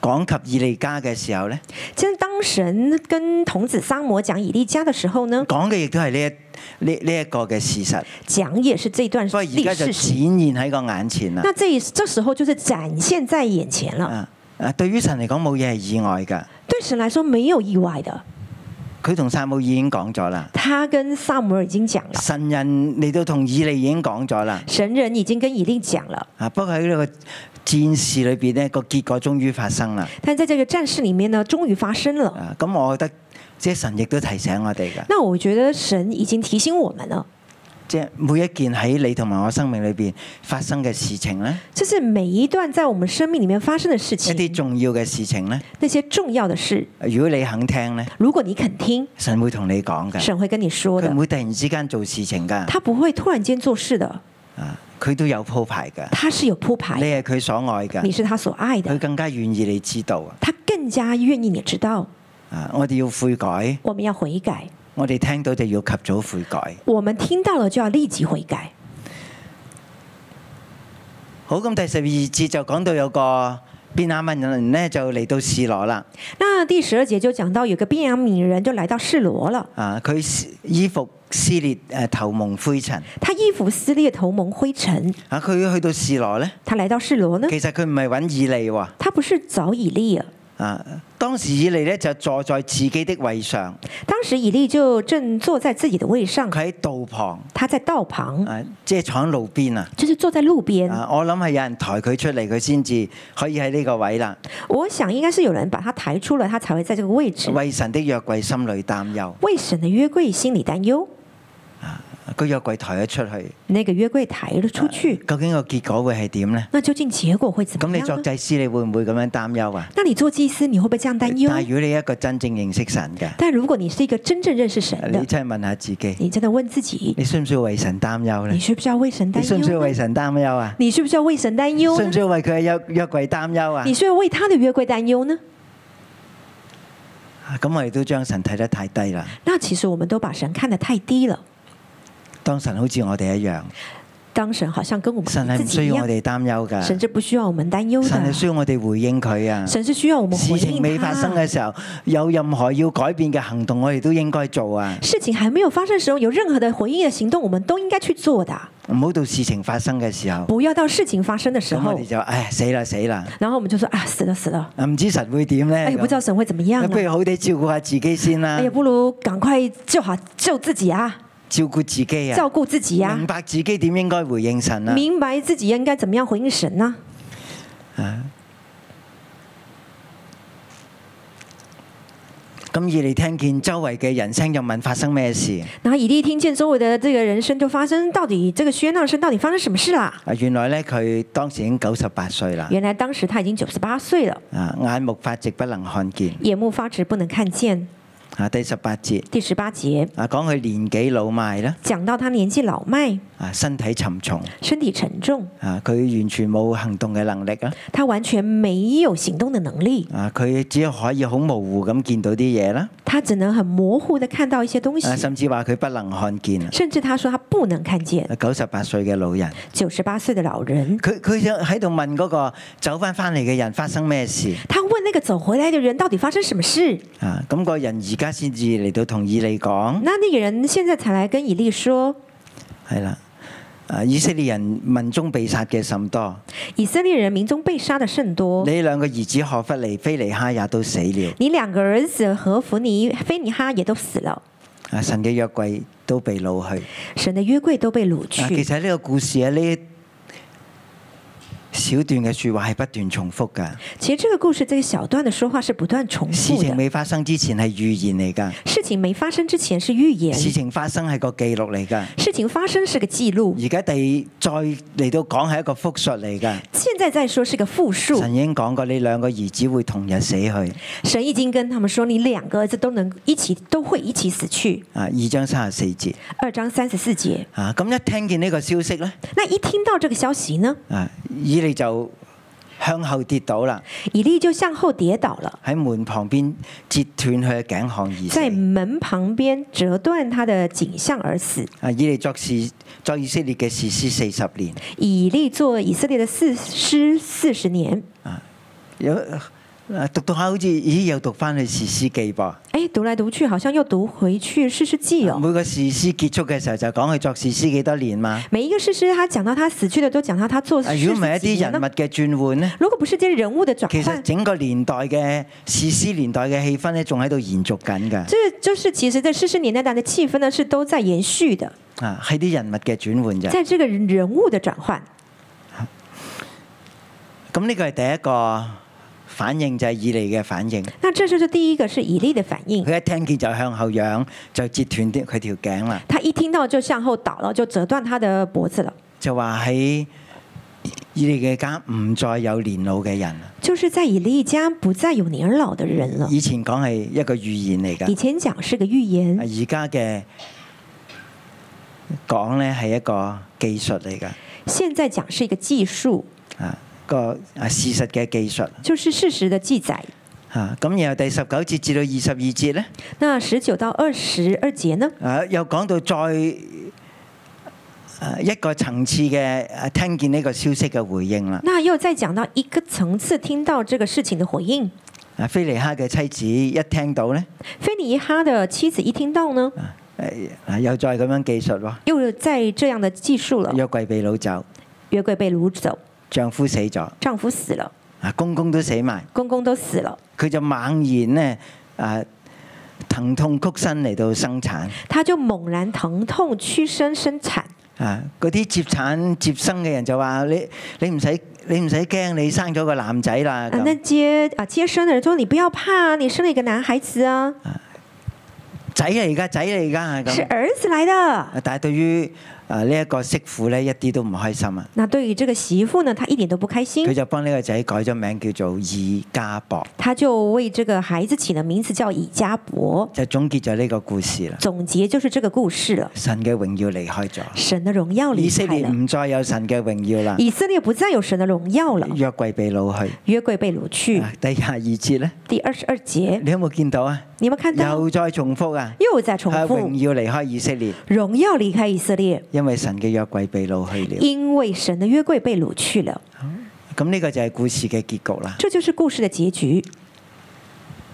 講及以利家嘅時候咧，其实当神跟童子撒摩讲以利家的时候呢，講嘅亦都係呢一呢呢一個嘅事實。讲也是这段不過而历家就史展史。現喺個眼前啦。那这这时候就是展现在眼前了。啊啊，對於神嚟講冇嘢係意外㗎。对神来说，没有意外的。佢同撒母耳已經講咗啦，他跟萨姆尔已经讲了，神人嚟到同以利已經講咗啦。神人已经跟以利讲了，啊，不過喺呢個戰事裏邊呢個結果終於發生啦。但在这个战事里面呢，终于发生了。啊，咁我覺得即係神亦都提醒我哋噶，那我觉得神已经提醒我们了，即係每一件喺你同埋我生命裏邊發生嘅事情呢，就是每一段在我们生命里面发生的事一啲情，重要嘅事情呢，那些重要的事，如果你肯聽呢，如果你肯听，神會同你講嘅。神会跟你说佢唔的。會突然之間做事情噶，他不会突然间做事的，啊，佢都有鋪排噶。他是有铺你排，係佢所愛噶你，是他所爱佢的，更加願意你知道啊！他更加愿意你知道。啊，我哋要悔改，我们要悔改，我哋聽到就要及早悔改。我们听到了就要立即悔改。好，咁第十二節就講到有個便雅憫人咧就嚟到示羅啦。那那第十二节就讲到，有个便雅悯人就来到示罗了，啊，佢撕衣服撕裂誒頭蒙灰塵。他衣服撕裂，头蒙灰尘。啊，佢去到示羅咧，他来到示罗呢，其實佢唔係揾以利喎。他不是找以利啊。啊，當時以利咧就坐在自己的位上，当时以利就正坐在自己的位上，佢喺道旁他在道旁，啊，即係坐喺路邊啊。就是坐在路边。啊，我諗係有人抬佢出嚟，佢先至可以喺呢個位啦。我想应该是有人把他抬出来，他才会在这个位置。為神的約櫃心裏擔憂，为神的约柜心里担忧，個約櫃抬咗出去，那个约柜抬了出去，究竟個結果會係點呢？那究竟结果会怎啊咁么你样作呢？祭司，你會唔會咁樣擔憂啊？那你做祭司，你会不会这样担忧？但係如果你一個真正認識神嘅，但如果你是一个真正认识神你的，真係問下自己，你真的问自己，你需唔需要為神擔憂呢你？需不需要为神哎你担需唔需要忧為呢？神擔憂啊？你需不需要为神担忧需呢唔？需要為佢嘅約約櫃擔憂啊你？需要为他的约柜担忧呢？啊咁我哋都將神睇得太低啦。那其实我们都把神看得太低了，當神好似我哋一樣，当神好像跟我神们係自唔己需一要我样，哋擔憂㗎。神是不需要我们担忧神係的，需要我哋回應佢啊。神是需要我们事回情未应發生啊他。嘅時候，有任何要改變嘅行動，我哋都應該做啊！事情还没有发生的时候，有任何的回应的行动，我们都应该去做的，唔好到事情發生嘅時候，不要到事情发生的时咁我候哋，就唉死啦死啦！然后我们就说啊，死了死了，唔知神會點呢？哎呀，不知道咁神会怎么样不啊，如好地照顧下自己先啦哎呀，，不如赶快救好救自己啊，照顧自己照啊，顾自己呀、明白自己點應該回應神啊！明白自己应该怎么样回应神呢、咁以嚟聽見周圍嘅人聲，又問發生咩事？然后以利听见周围的这个人声就发生，到底这个喧闹声到底發生什么事啦？啊，原來呢，佢當時已經九十八歲啦，原来当时他已经九十八岁了，啊，眼目發直不能看見。眼目發直，不能看见。啊，第十八節第十八节啊，講佢年紀老邁啦，讲到他年纪老迈，啊，身體沉重，身体沉重，啊，佢完全冇行動嘅能力啦，他完全没有行动的能力，啊，佢只可以好模糊咁見到啲嘢啦，他只能很模糊的看到一些东西啊，，甚至話佢不能看見啊，甚至他说他不能看见。九十八歲嘅老人，九十八岁的老人，佢佢就喺度問嗰個走翻翻嚟嘅人發生咩事他問那个走回来的人到底发生什么事？啊？咁、個人而家先至嚟到同以利講，那那个人现在才来跟以利说，係啦。啊！以色列人民中被殺嘅甚多，以色列人民中被杀的甚多。你兩個兒子何弗尼、非尼哈也都死了，你两个儿子和弗尼、菲尼哈也都死了，啊！神嘅約櫃都被擄去。神的约柜都被掳啊其去。實呢個故事啊，呢小段嘅説話係不斷重複㗎。其实这个故事，这个小段的说话是不断重事复情的。未發生之前係預言嚟㗎，事情没发生之前是预言，事情發生係個記錄嚟㗎。事情发生是个记录，而家第再嚟到講係一個復述嚟㗎。现在再说是个复述。神已經講過，你兩個兒子會同日死去。神已经跟他们说，你两个儿子都能一起，都会一起死去。啊，二章三十四節二章三十四节。啊，咁一聽見呢個消息呢，那一听到这个消息呢，啊，以利就向後跌倒啦，以利就向后跌倒了，喺門旁邊截斷佢嘅頸項而在死。门旁边折断他的颈项而死。啊，以利作事作以色列嘅士師四十年。以利做以色列的士师四十年。有啊讀讀下好似，咦又讀翻去士師記噃。哎，读来读去，好像又讀回去《士师记》哦。每個士師結束嘅時候就講佢作士師幾多年嘛。每一个士师，他讲到他死去的，都讲到他做啊事如果唔係几一啲年人物呢？嘅轉換呢，如果不是这人物的转其實换，整個年代嘅士師年代嘅氣氛咧，仲喺度延續緊㗎。这就是其实，在士师年代，大的气氛呢是都在延续的，啊，係啲人物嘅轉換咋。在这个人物的转换。咁呢個係第一個反應，就係以利嘅反應。那这就是第一个是以利的反应，佢一聽見就向後仰，就截斷啲佢條頸啦。他一听到就向后倒了，就折断他的脖子了。就話喺以利嘅家唔再有年老嘅人。就是在以利家不再有年老的人了。以前講係一個預言嚟㗎以。前讲是个预言，而家嘅講呢係一個技術嚟㗎，现在讲是一个技术，啊個啊事實嘅技術就是事实的记载。啊。咁然後第十九節至到二十二節呢，那十九到二十二节呢，啊又講到再啊一個層次嘅啊聽見呢個消息嘅回應啦。那又再讲到一个层次，听到这个事情的回应。啊菲利哈嘅妻子一聽到咧，菲尼哈的妻子一听到呢，誒、啊又再咁樣記述喎，又在这样的记述了，約櫃被擄走，约柜被掳走，丈夫死咗，丈夫死了，啊公公都死埋，公公都死了，佢就猛然咧啊疼痛曲身嚟到生產，她就猛然疼痛屈身生产。啊嗰啲接產接生嘅人就話你你唔使你唔使驚，你生咗個男仔啦，啊，那咁接啊接生的人说：“你不要怕啊，你生了一个男孩子啊，仔嚟㗎，仔嚟㗎是 咁。儿子来的。但係對於誒呢一個媳婦咧，一啲都唔開心啊！”那对于这个媳妇呢，她一点都不开佢心，就幫呢個仔改咗名叫做以加博，她就为这个孩子起了名字叫以加伯。就總結咗呢個故事啦。总结就是这个故事了，神嘅榮耀離開咗，神的荣耀离以色开列了，唔再有神嘅榮耀啦。以色列不再有神的荣耀了，約櫃被擄去。约柜被掳去。啊第廿二節咧，第二十二节，你有冇見到啊？你有没有看到？又再重複啊！又在重啊复榮，耀離開以色列，荣耀离开以色列，因為神嘅約櫃被擄去了。因为神的约柜被掳去了。咁呢個就係故事嘅結局啦。这就是故事的结局。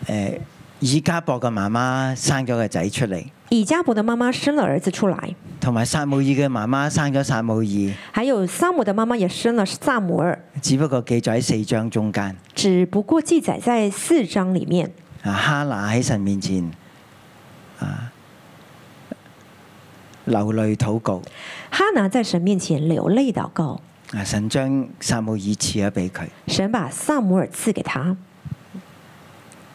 誒，以加博嘅媽媽生咗個仔出嚟，以加伯的妈妈生了儿子出来，同埋撒母耳嘅媽媽生咗撒母耳。还有萨姆的妈妈也生了萨姆尔，只不過記載喺四章中間。只不过记载在四章里面。啊，哈拿喺神面前啊流淚禱告，哈拿在神面前流泪祷告，啊神將撒母耳賜咗俾佢。神把萨姆尔赐给他。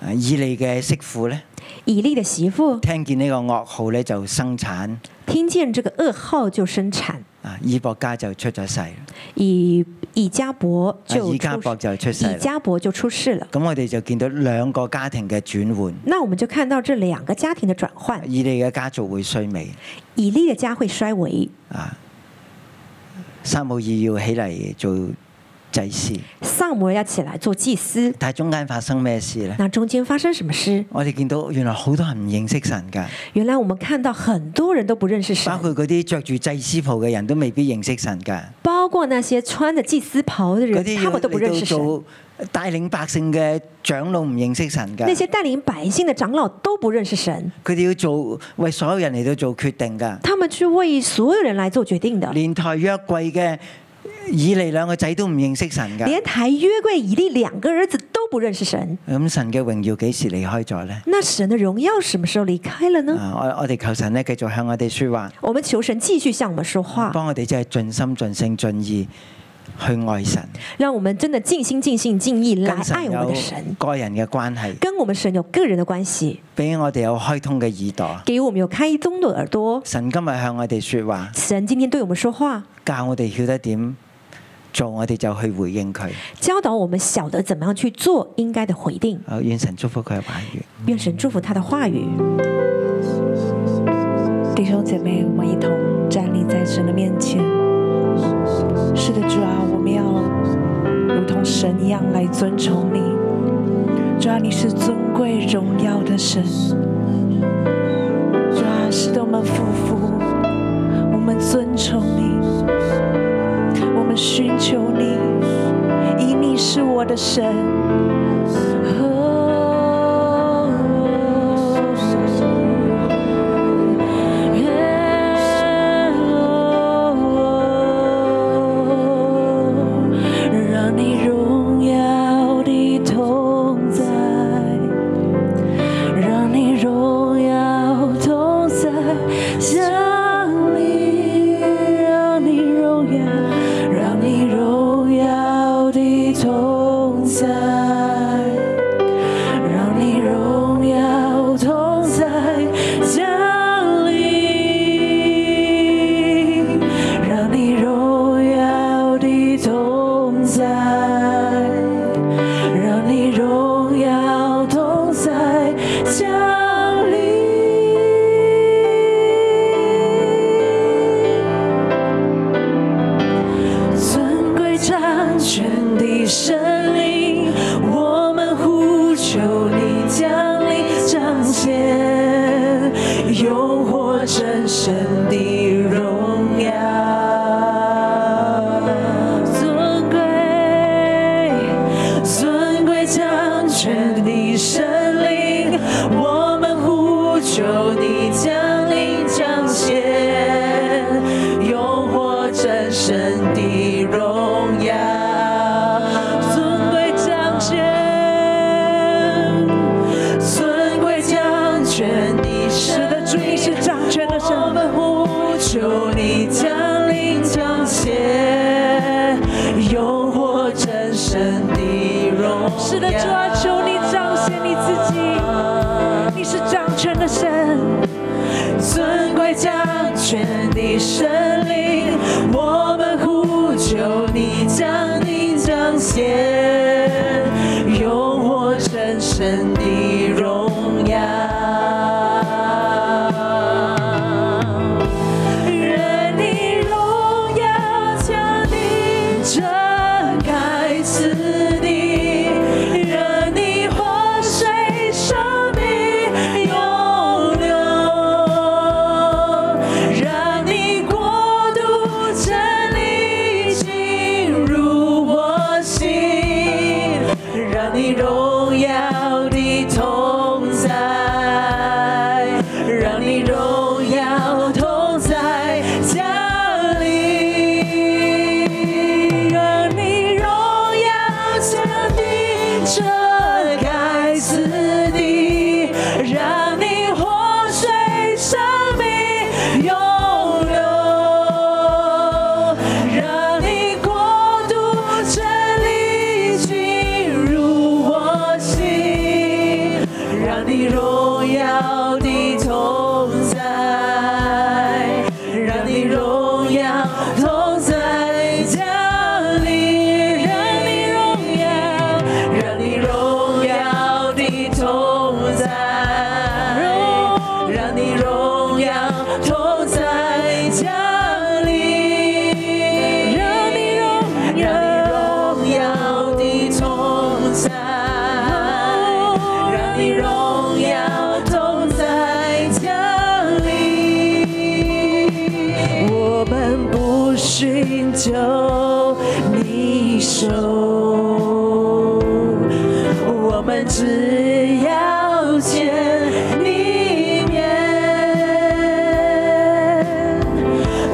啊以利嘅媳婦呢，以利的媳妇聽見呢個噩耗呢，就生產，听见这个噩耗就生产，啊以博家就出咗世，啊以以加伯就以出加博就出世啊以啦。加伯就出世了。咁我哋就見到兩個家庭嘅轉換，那我们就看到这两个家庭的转换，以利嘅家族會衰微，以利的家会衰微，啊撒母耳要起嚟做祭司，萨姆尔要起来做祭司。但係中間發生咩事呢？那中间发生什么事？我哋見到原來好多人唔認識神㗎。原来我们看到很多人都不认识神包，括嗰啲着住祭司袍嘅人都未必認識神㗎，包括那些穿着祭司袍的嗰人，啲他们都不要认嚟识到神。做帶領百姓嘅長老唔認識神㗎，那些带领百姓的长老都不认识神，佢哋要做為所有人嚟到做決定㗎，他们去为所有人来做决定的。連台約櫃嘅以利兩個仔都唔認識神㗎。连抬约柜以利两个儿子都不认识神，咁神嘅榮耀幾時離開咗呢？那神的荣耀什么时候离开了呢？啊！我我哋求神咧，繼續向我哋说話，我们求神继续向我们说话，幫我哋真係盡心盡性盡意去愛神，让我们真的尽心尽性尽意来跟神爱哎我们有的神，個人嘅關係，跟我们神有个人的关系，俾我哋有開通嘅耳朵。给我们有开通的耳朵。神今日向我哋说話。神今天对我们说话，教我哋曉得點做，我哋就去回應佢。教导我们晓得怎么样去做应该的回应。好，願神祝福佢嘅話語。愿神祝福他的话语。弟兄姐妹，我们一同站立在神的面前。是的，主啊，我们要如同神一样来尊崇你。主啊，你是尊贵荣耀的神。主啊，使得我们俯伏，我们尊崇你，我们寻求你，因你是我的神。哦让你荣耀的同在，让你荣耀同在降临，让你荣耀，让你荣耀的同在。让你荣耀同在降临，让你荣耀的同在，让你荣耀同在降临，尊贵掌权的神灵，我们呼求你降临彰显，诱惑真神的荣耀。尊贵，尊贵掌权的实的主啊，求你彰显你自己，你是掌权的神，尊贵掌权的神灵，我们呼求你将你彰显，用我真神的荣耀。人的荣耀降临这该死地，人的活水生命永流，让你国度真理进入我心，让你荣耀的同在，让你荣耀同在降临，让你荣耀降临这该死地，让你活水生命永流，让你国度真理进入我心，让你荣耀的同在，让你荣耀同在降临，让你荣耀，让你荣耀的同在，让你荣耀同在降临，让你荣耀，让你荣耀的同在，让你荣耀同在降临。我们不寻求你手，我们只要见你面。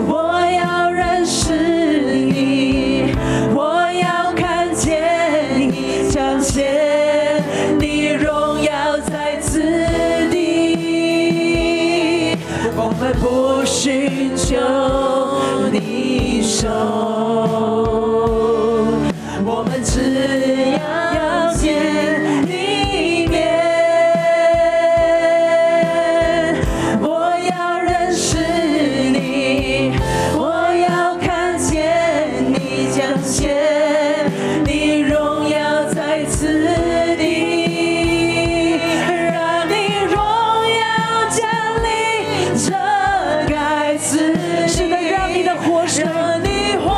我要认识你，我要看见你，彰显你荣耀在此地。我们不寻求你手，我们只要见你面。我要认识你，我要看见你彰显你荣耀在此地，让你荣耀降临这该死地，是的，让你的活水，让你活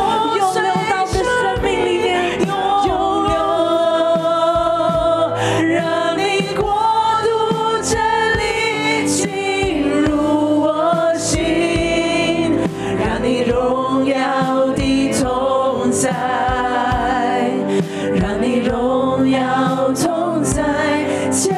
水涌流到这生命里面，涌流，让你国度真理进入我心，让你荣耀的同在，让你荣耀同在降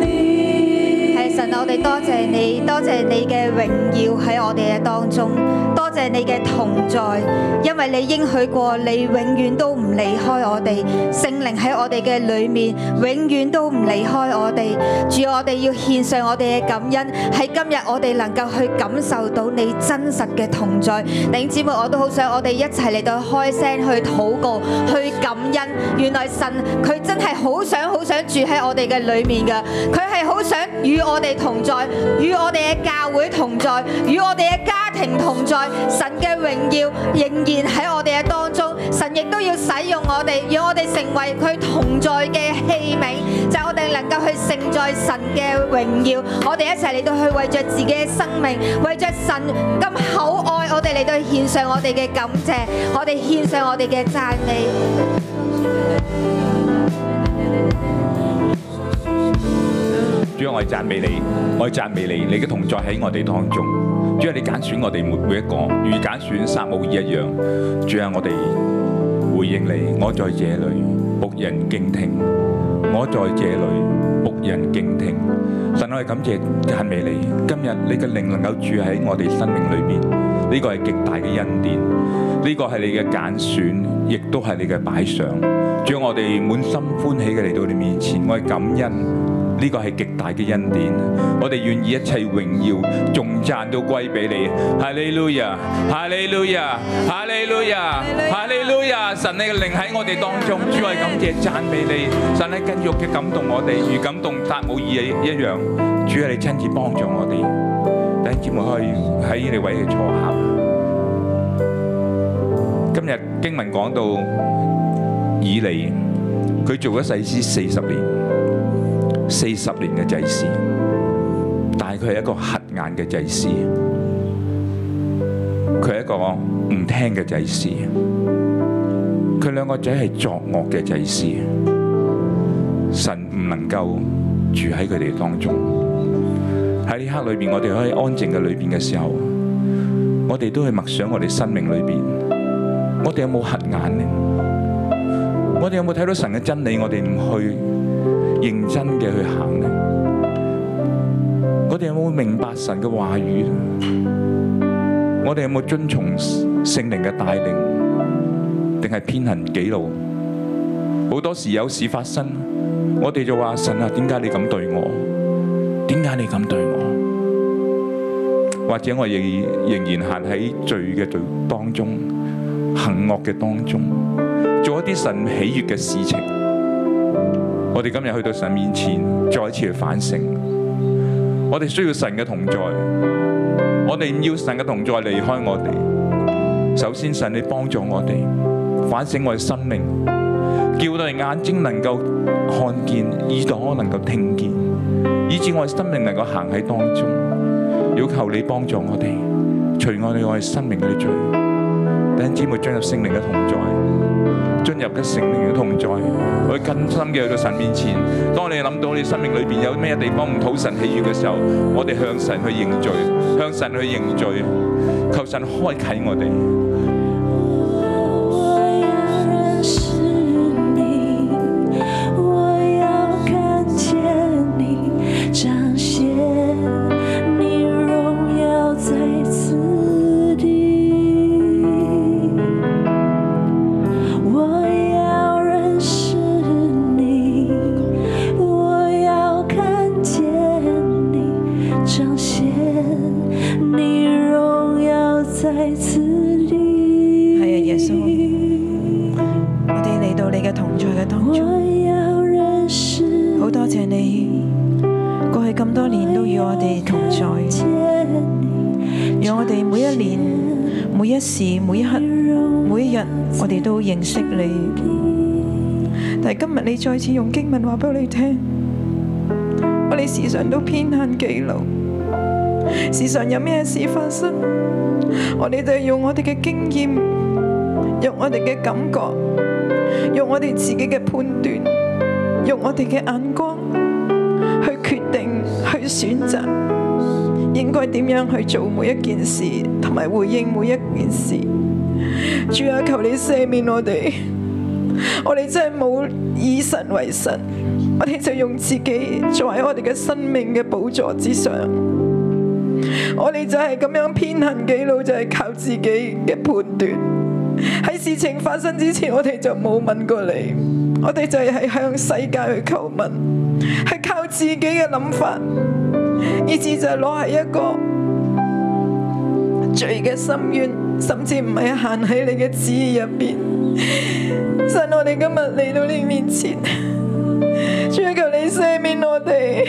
临。系神，我哋多謝你，多謝你嘅榮耀喺我哋嘅當中，多謝你嘅同在，因為你應許過，你永遠都唔離開我哋，聖靈喺我哋嘅裏面，永遠都唔離開我哋。主，我哋要獻上我哋嘅感恩，喺今日我哋能夠去感受到你真實嘅同在。弟兄姊妹，我都好想我哋一齊嚟到開聲去禱告，去感恩。原來神佢真係好想好想住喺我哋嘅裏面嘅，佢係好想與我哋同在，與我哋嘅教會同在，與我哋嘅家庭同在。神嘅榮耀仍然喺我哋嘅當中，神亦都要使用我哋，讓我哋成為佢同在嘅器皿，就係我哋能夠去承載神嘅榮耀。我哋一齊嚟到去為着自己嘅生命，為着神咁厚愛我哋嚟到獻上我哋嘅感謝，我哋獻上我哋嘅讚美。主啊，我哋讚美你，我哋讚美你，你嘅同在喺我哋當中。主啊，你揀選我哋每每一個，如揀選撒母耳一樣。主啊，我哋回應你，我在這裏，仆人敬聽。我在這裏，仆人敬聽。神，我哋感謝讚美你，今日你嘅靈能夠住喺我哋生命裏面，呢個係極大嘅恩典，呢個係你嘅揀選，亦都係你嘅擺上。主啊，我哋滿心歡喜嘅嚟到你面前，我哋感恩。呢個係極大嘅恩典。我哋願意一切榮耀、重讚都歸俾你。哈利路亞！哈利路亞！哈利路亞！哈利路亞！神你嘅靈喺我哋當中，主我哋感謝讚美你。神你繼續嘅感動我哋，如感動撒母耳一樣。主係你親自幫助我哋。弟兄姊妹可以喺你位嘅坐下。今日經文講到以利，佢做咗祭司四十年，四十年嘅祭司，但係佢係一個瞎眼嘅祭司，佢係一個唔聽嘅祭司，佢兩個仔係作惡嘅祭司，神唔能夠住喺佢哋當中。喺呢刻裏邊，我哋可以安靜嘅裏邊嘅時候，我哋都去默想我哋生命裏邊。我哋有冇瞎眼呢？我哋有冇睇到神嘅真理？我哋唔去認真嘅去行呢？我哋有冇明白神嘅話語？我哋有冇遵從聖靈嘅帶領，定係偏行己路？好多時有事發生，我哋就話神啊，點解你咁對我？點解你咁對我？或者我仍仍然行喺罪嘅罪當中。行惡嘅當中，做一啲神喜悅嘅事情。我哋今日去到神面前，再一次去反省。我哋需要神嘅同在，我哋唔要神嘅同在離開我哋。首先，神你幫助我哋反省我哋生命，叫我哋眼睛能夠看見，耳朵能夠聽見，以致我哋生命能夠行喺當中。要求你幫助我哋，除我哋我哋生命嘅罪。弟兄姊妹進入聖靈嘅同在，進入嘅聖靈嘅同在，去更深嘅去到神面前。當你諗到你生命裏邊有咩地方唔討神喜悅嘅時候，我哋向神去認罪，向神去認罪，求神開啟我哋。我要认识你，我要看见你彰显你荣耀在此地。我要认识你，我要看见你彰显你荣耀在此地。係啊耶穌我哋嚟到你嘅同在嘅當我中，要认识好多謝你過去咁多年都與我哋同在，见讓我哋每一年、每一時、每一刻、每一日，我哋都認識你。但係今日你再次用經文話俾我哋聽，我哋時常都偏行己路，時常有咩事發生，我哋就用我哋嘅經驗，用我哋嘅感覺，用我哋自己嘅判斷，用我哋嘅眼光去決定、去選擇。應該點樣去做每一件事，同埋回應每一件事。主啊，求你赦免我哋，我哋真係冇以神為神，我哋就用自己作為我哋嘅生命嘅寶座之上。我哋就係咁樣偏行己路，就係、靠自己嘅判斷。喺事情發生之前，我哋就冇問過你，我哋就係向世界去求問，係靠自己嘅諗法。以至就攞係一個罪嘅深淵，甚至唔係行喺你嘅旨意入邊。神，我哋今日嚟到你面前，主啊求你赦免我哋，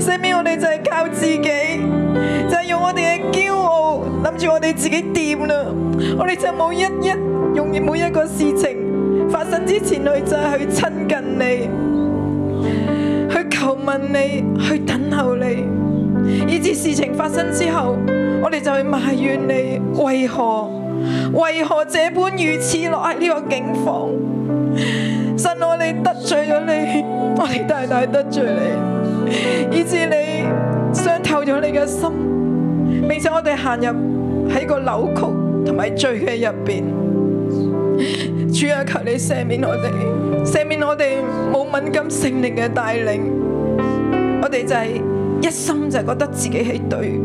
赦免我哋就係靠自己，就係、用我哋嘅驕傲，諗住我哋自己掂啦，我哋就冇一一用每一個事情發生之前去就係去親近你。去求問你，去等候你，以至事情發生之後，我哋就去埋怨你為何為何這般如此落喺呢個境況？神，我哋得罪咗你，我哋大大得罪你，以至你傷透咗你嘅心，並且我哋行入喺個扭曲同埋罪嘅入邊。主啊，求你赦免我哋，赦免我哋冇敏感聖靈嘅帶領，我哋就係一心就覺得自己係對。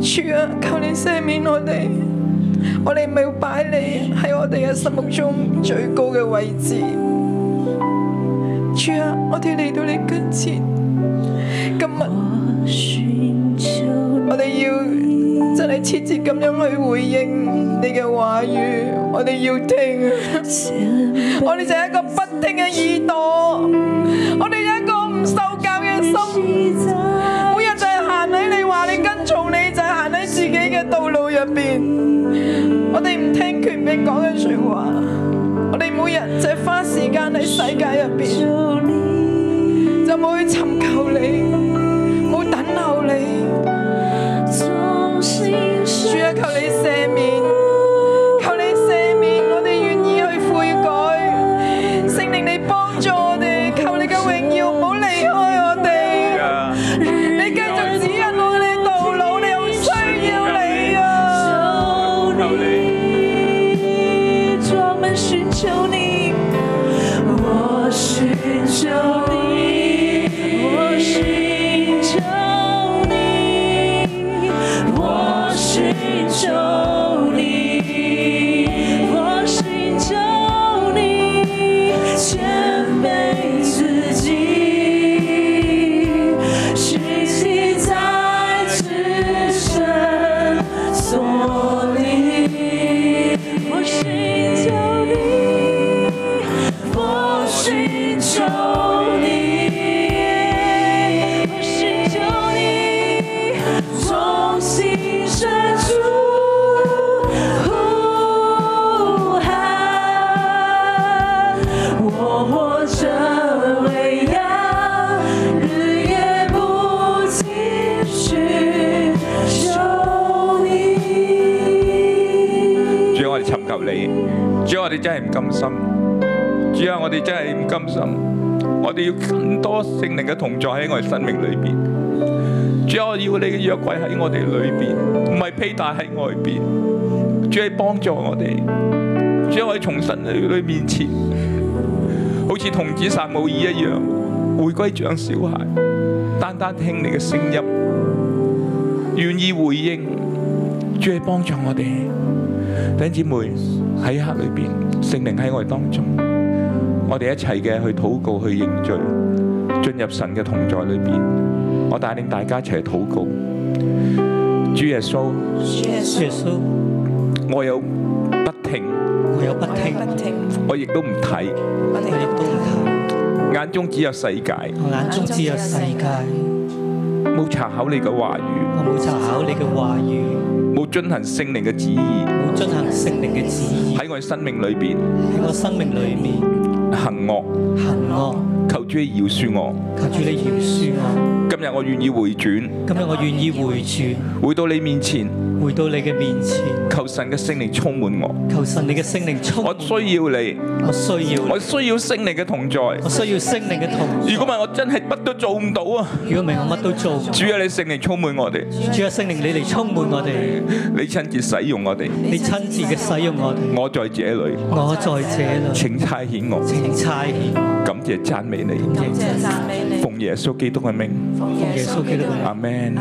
主啊，求你赦免我哋，我哋唔要擺你喺我哋嘅心目中最高嘅位置。主啊，我哋嚟到你跟前，今日我哋要真係切切咁樣去回應你嘅話語，我哋要聽，我哋就係一個不聽嘅耳朵，我哋有一個唔受教嘅心，每日就係行喺你話你跟從你，就係行喺自己嘅道路入邊，我哋唔聽權柄講嘅説話，我哋每日就係花時間喺世界入邊。就冇去尋求你，冇等候你。主啊，求你赦免，求你赦免，我哋願意去悔改。聖靈，你幫助我哋，求你嘅榮耀唔好離開我哋。你繼續指引我哋道路，我哋好需要你啊！我们寻求你，我寻求你，我寻求你，我寻求你，我寻求你，谦卑自己，学习在自身所立。我寻求你，我寻求你，我寻求你，从心深处呼喊，我活着为要日夜不停寻求你。主啊，我哋尋求你，主啊，我哋真係唔甘心，主啊，我哋真係唔甘心，我哋要更多聖靈嘅同在喺我哋生命裏邊。主啊，我要你嘅約櫃喺我哋裏邊，唔係披戴喺外邊。主啊，幫助我哋，主啊，我哋從神裏面前，好似童子撒母耳一樣，回歸像小孩，單單聽你嘅聲音，願意回應。主啊，幫助我哋。弟兄姊妹喺黑裏边，聖靈喺我哋當中，我哋一齊嘅去禱告，去認罪，進入神嘅同在裏边。我帶領大家一齊禱告。主耶穌，耶穌，我有不聽，我有不聽，我亦都唔睇，我亦都唔睇，眼中只有世界，我眼中只有世界，冇查考你嘅話語，我冇查考你嘅話語，冇遵行聖靈嘅旨意冇進行聖靈嘅旨意喺我哋生命裏边喺我生命裏面行惡。行惡，求主你饒恕我，求主你饒恕我。今日我願意回轉，今日我願意回轉，回到你面前，回到你嘅面前，求神嘅聖靈充滿我，求神你嘅聖靈充滿我需要你。我需要你我需要聖靈嘅同在。我需要聖靈嘅同在。如果唔係，我真係乜都做唔到啊！如果唔係，我乜都做唔到。主啊，你聖靈充滿我哋，主啊，聖靈你嚟充滿我哋，你親自使用我哋，你親自嘅使用我哋。我在這裏，我在這裏，請差遣我，請差遣我。感謝讚美你，奉耶穌基督嘅名，奉耶穌基督嘅名阿 Man，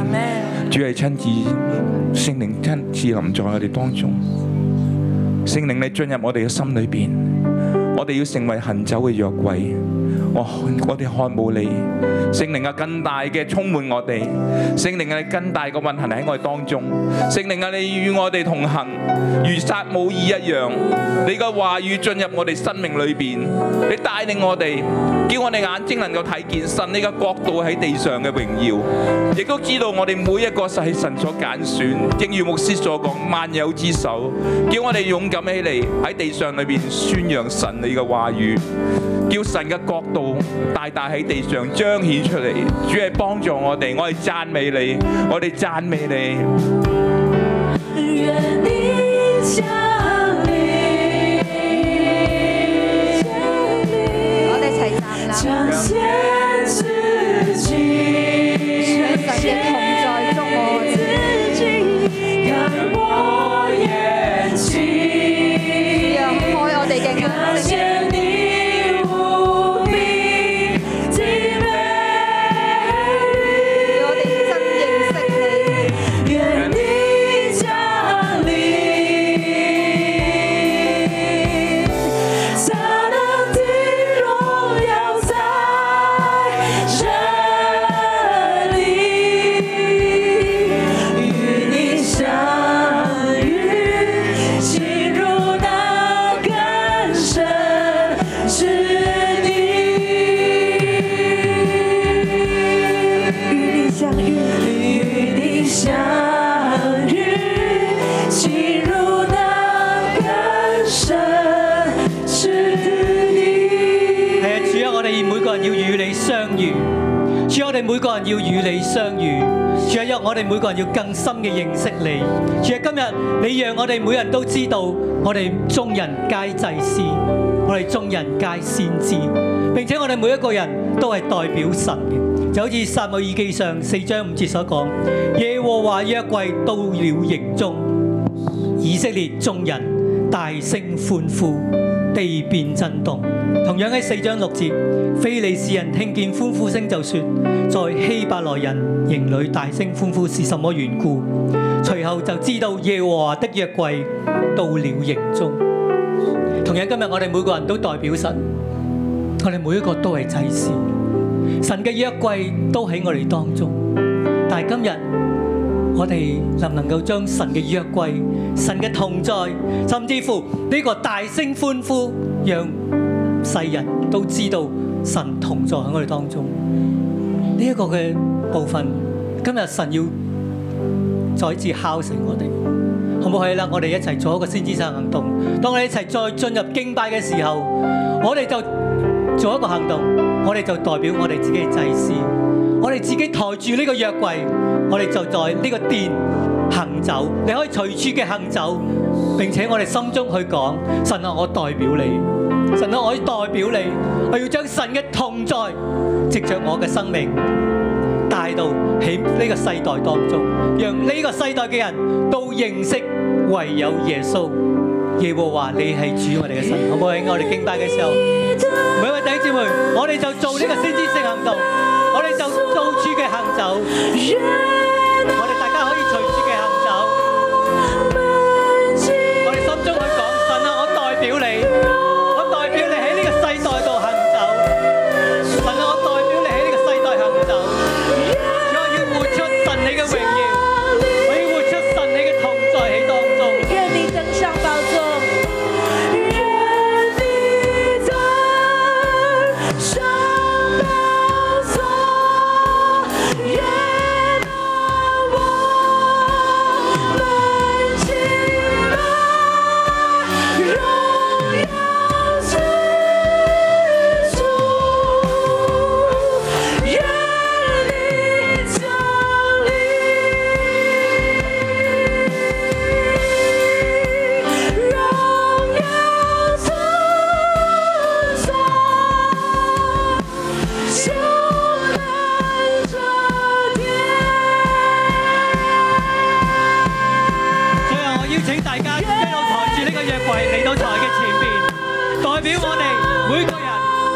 主係親自聖靈親自臨在我哋當中，聖靈你進入我哋嘅心裏邊，我哋要成為行走嘅約櫃。我我哋看慕你，聖靈啊更大嘅充滿我哋，聖靈啊你更大嘅運行喺我哋當中，聖靈啊你與我哋同行，如撒母耳一樣，你嘅話語進入我哋生命裏邊，你帶領我哋，叫我哋眼睛能夠睇見神你嘅國度喺地上嘅榮耀，亦都知道我哋每一個係神所揀選，正如牧師所講，萬有之首，叫我哋勇敢起嚟喺地上裏邊宣揚神你嘅話語。叫神嘅國度大大喺地上彰顯出嚟。主係幫助我哋，我哋讚美你，我哋讚美你。愿你降临，我哋一齊站立，彰显自己，喺神嘅同在中，我哋自己看我眼睛，讓開我哋嘅感眼睛。谢你无比的美。我哋真認識你，愿你降临，灿烂的荣耀在是你，与你相遇，与你相遇，进入那更深之地。系啊，主啊，我哋每個人要與你相遇。主啊，我哋每個人要與你相遇。主啊，因為我哋每個人要更深嘅認識你。主啊，今日你讓我哋每人都知道，我哋眾人皆祭司，我哋眾人皆先知，並且我哋每一個人都係代表神嘅。就好似撒母耳記上四章五節所講，耶和華約櫃到了營中。以色列眾人大聲歡呼，地變震動。同樣喺四章六節，非利士人聽見歡呼聲就說：在希伯來人營裏大聲歡呼是什麼緣故？隨後就知道耶和華的約櫃到了營中。同樣今日我哋每個人都代表神，我哋每一個都係祭司，神嘅約櫃都喺我哋當中。但係今日我哋能唔能夠將神嘅約櫃、神嘅同在，甚至乎呢個大聲歡呼，讓世人都知道神同在喺我哋當中？呢、一個嘅部分，今日神要再次敲醒我哋，好唔好？係啦，我哋一齊做一個先知性行動。當我哋一齊再進入敬拜嘅時候，我哋就做一個行動，我哋就代表我哋自己嘅祭司，我哋自己抬住呢個約櫃，我哋就在呢個殿行走。你可以隨處嘅行走，並且我哋心中去講：神啊，我代表你，神啊，我代表你，我要將神嘅同在，藉着我嘅生命。帶到喺呢個世代當中，讓呢個世代嘅人都認識唯有耶穌。耶和華你係主我哋嘅神，好唔好？喺我哋敬拜嘅時候，每一位弟兄姊妹，我哋就做呢個先知性行動，我哋就到處嘅行走，我哋大家可以隨處嘅行走，我哋心中去講神啊，我代表你，我代表你喺呢個世代度行走。神啊，我代表你喺呢個世代行走，我要活出神你嘅榮耀，我要活出神你嘅同在喺當中。愿你登上宝座，愿你登上宝座，愿我们敬拜荣耀之主，愿你降临。荣耀颂颂，充满着最後我邀請大家一路抬住呢個約櫃嚟到台嘅前面，代表我哋每個人，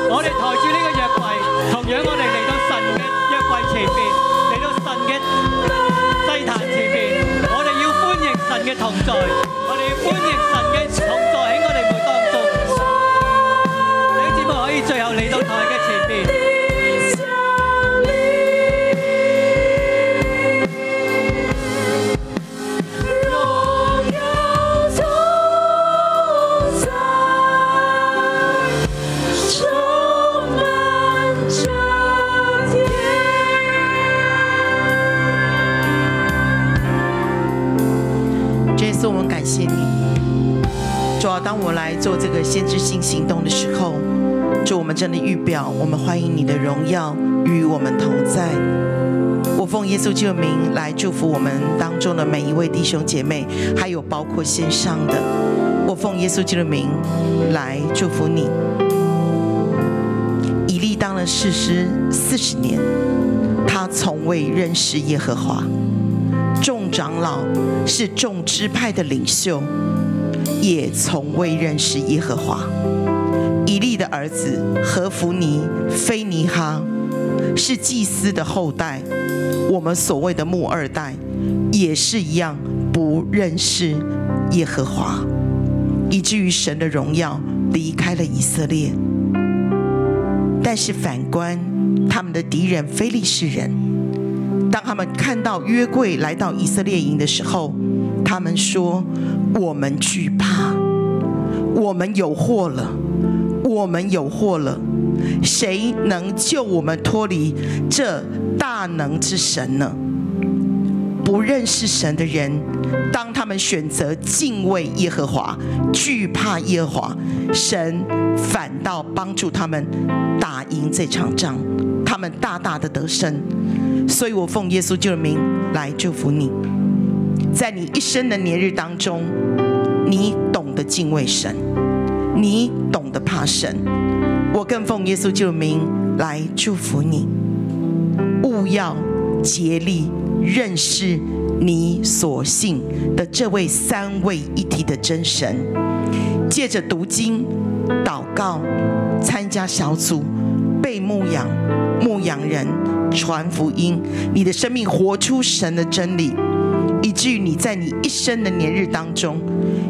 我哋抬住呢個約櫃，同樣我哋嚟到神嘅約櫃前面，嚟到神嘅祭壇前面，我哋要歡迎神嘅同在，我哋要歡迎神嘅同在喺我哋每當中。你姊妹可以最後嚟到台嘅前面。你降临，荣耀颂颂，充满着天。这次我们感谢你，主啊，当我来做这个先知性行动的时候，主，我们真的预表，我们欢迎你的荣耀与我们同在。我奉耶稣基督的名来祝福我们当中的每一位弟兄姐妹，还有包括线上的，我奉耶稣基督的名来祝福你。以利当了士师四十年，他从未认识耶和华。众长老是众支派的领袖，也从未认识耶和华。以利的儿子何弗尼、菲尼哈是祭司的后代，我们所谓的木二代也是一样不认识耶和华，以至于神的荣耀离开了以色列。但是反观他们的敌人非利士人，当他们看到约柜来到以色列营的时候，他们说：“我们惧怕，我们有祸了，我我们有祸了，谁能救我们脱离这大能之神呢？不认识神的人，当他们选择敬畏耶和华、惧怕耶和华，神反倒帮助他们打赢这场仗，他们大大的得胜。所以我奉耶稣基督的名来祝福你，在你一生的年日当中，你懂得敬畏神，你懂得怕神。我更奉耶稣基督的名来祝福你。务要竭力认识你所信的这位三位一体的真神，借着读经、祷告、参加小组、被牧养、牧羊人、传福音，你的生命活出神的真理，以至于你在你一生的年日当中，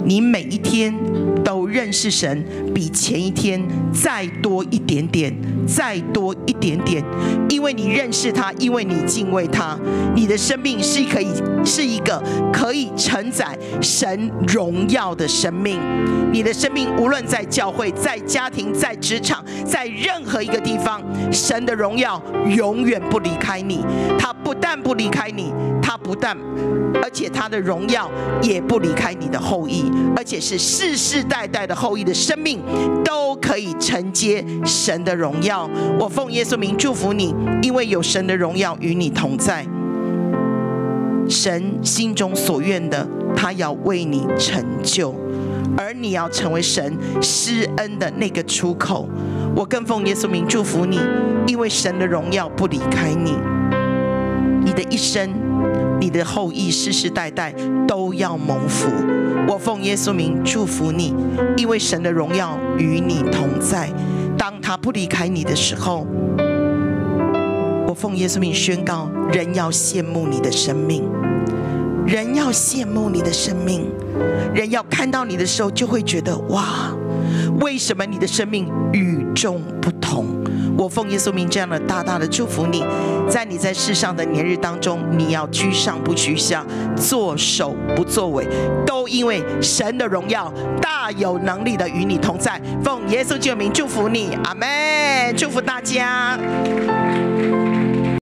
你每一天都认识神，比前一天再多一点点，再多一点点，因为你认识他，因为你敬畏他，你的生命是可以是一个可以承载神荣耀的生命。你的生命无论在教会、在家庭、在职场、在任何一个地方，神的荣耀永远不离开你。他不但不离开你，他不但而且他的荣耀也不离开你的后裔，而且是世世代代的后裔的生命都可以承接神的荣耀。我奉耶稣名祝福你，因为有神的荣耀与你同在。神心中所愿的，他要为你成就，而你要成为神施恩的那个出口。我更奉耶稣名祝福你，因为神的荣耀不离开你。你的一生，你的后裔世世代代都要蒙福。我奉耶稣名祝福你，因为神的荣耀与你同在。当他不离开你的时候，我奉耶稣名宣告：人要羡慕你的生命，人要羡慕你的生命，人要看到你的时候就会觉得哇，为什么你的生命与众不同？我奉耶稣名这样的大大的祝福你，在你在世上的年日当中，你要居上不居下，做首不作尾，都因为神的荣耀大有能力的与你同在。奉耶稣基督的名祝福你，阿门！祝福大家。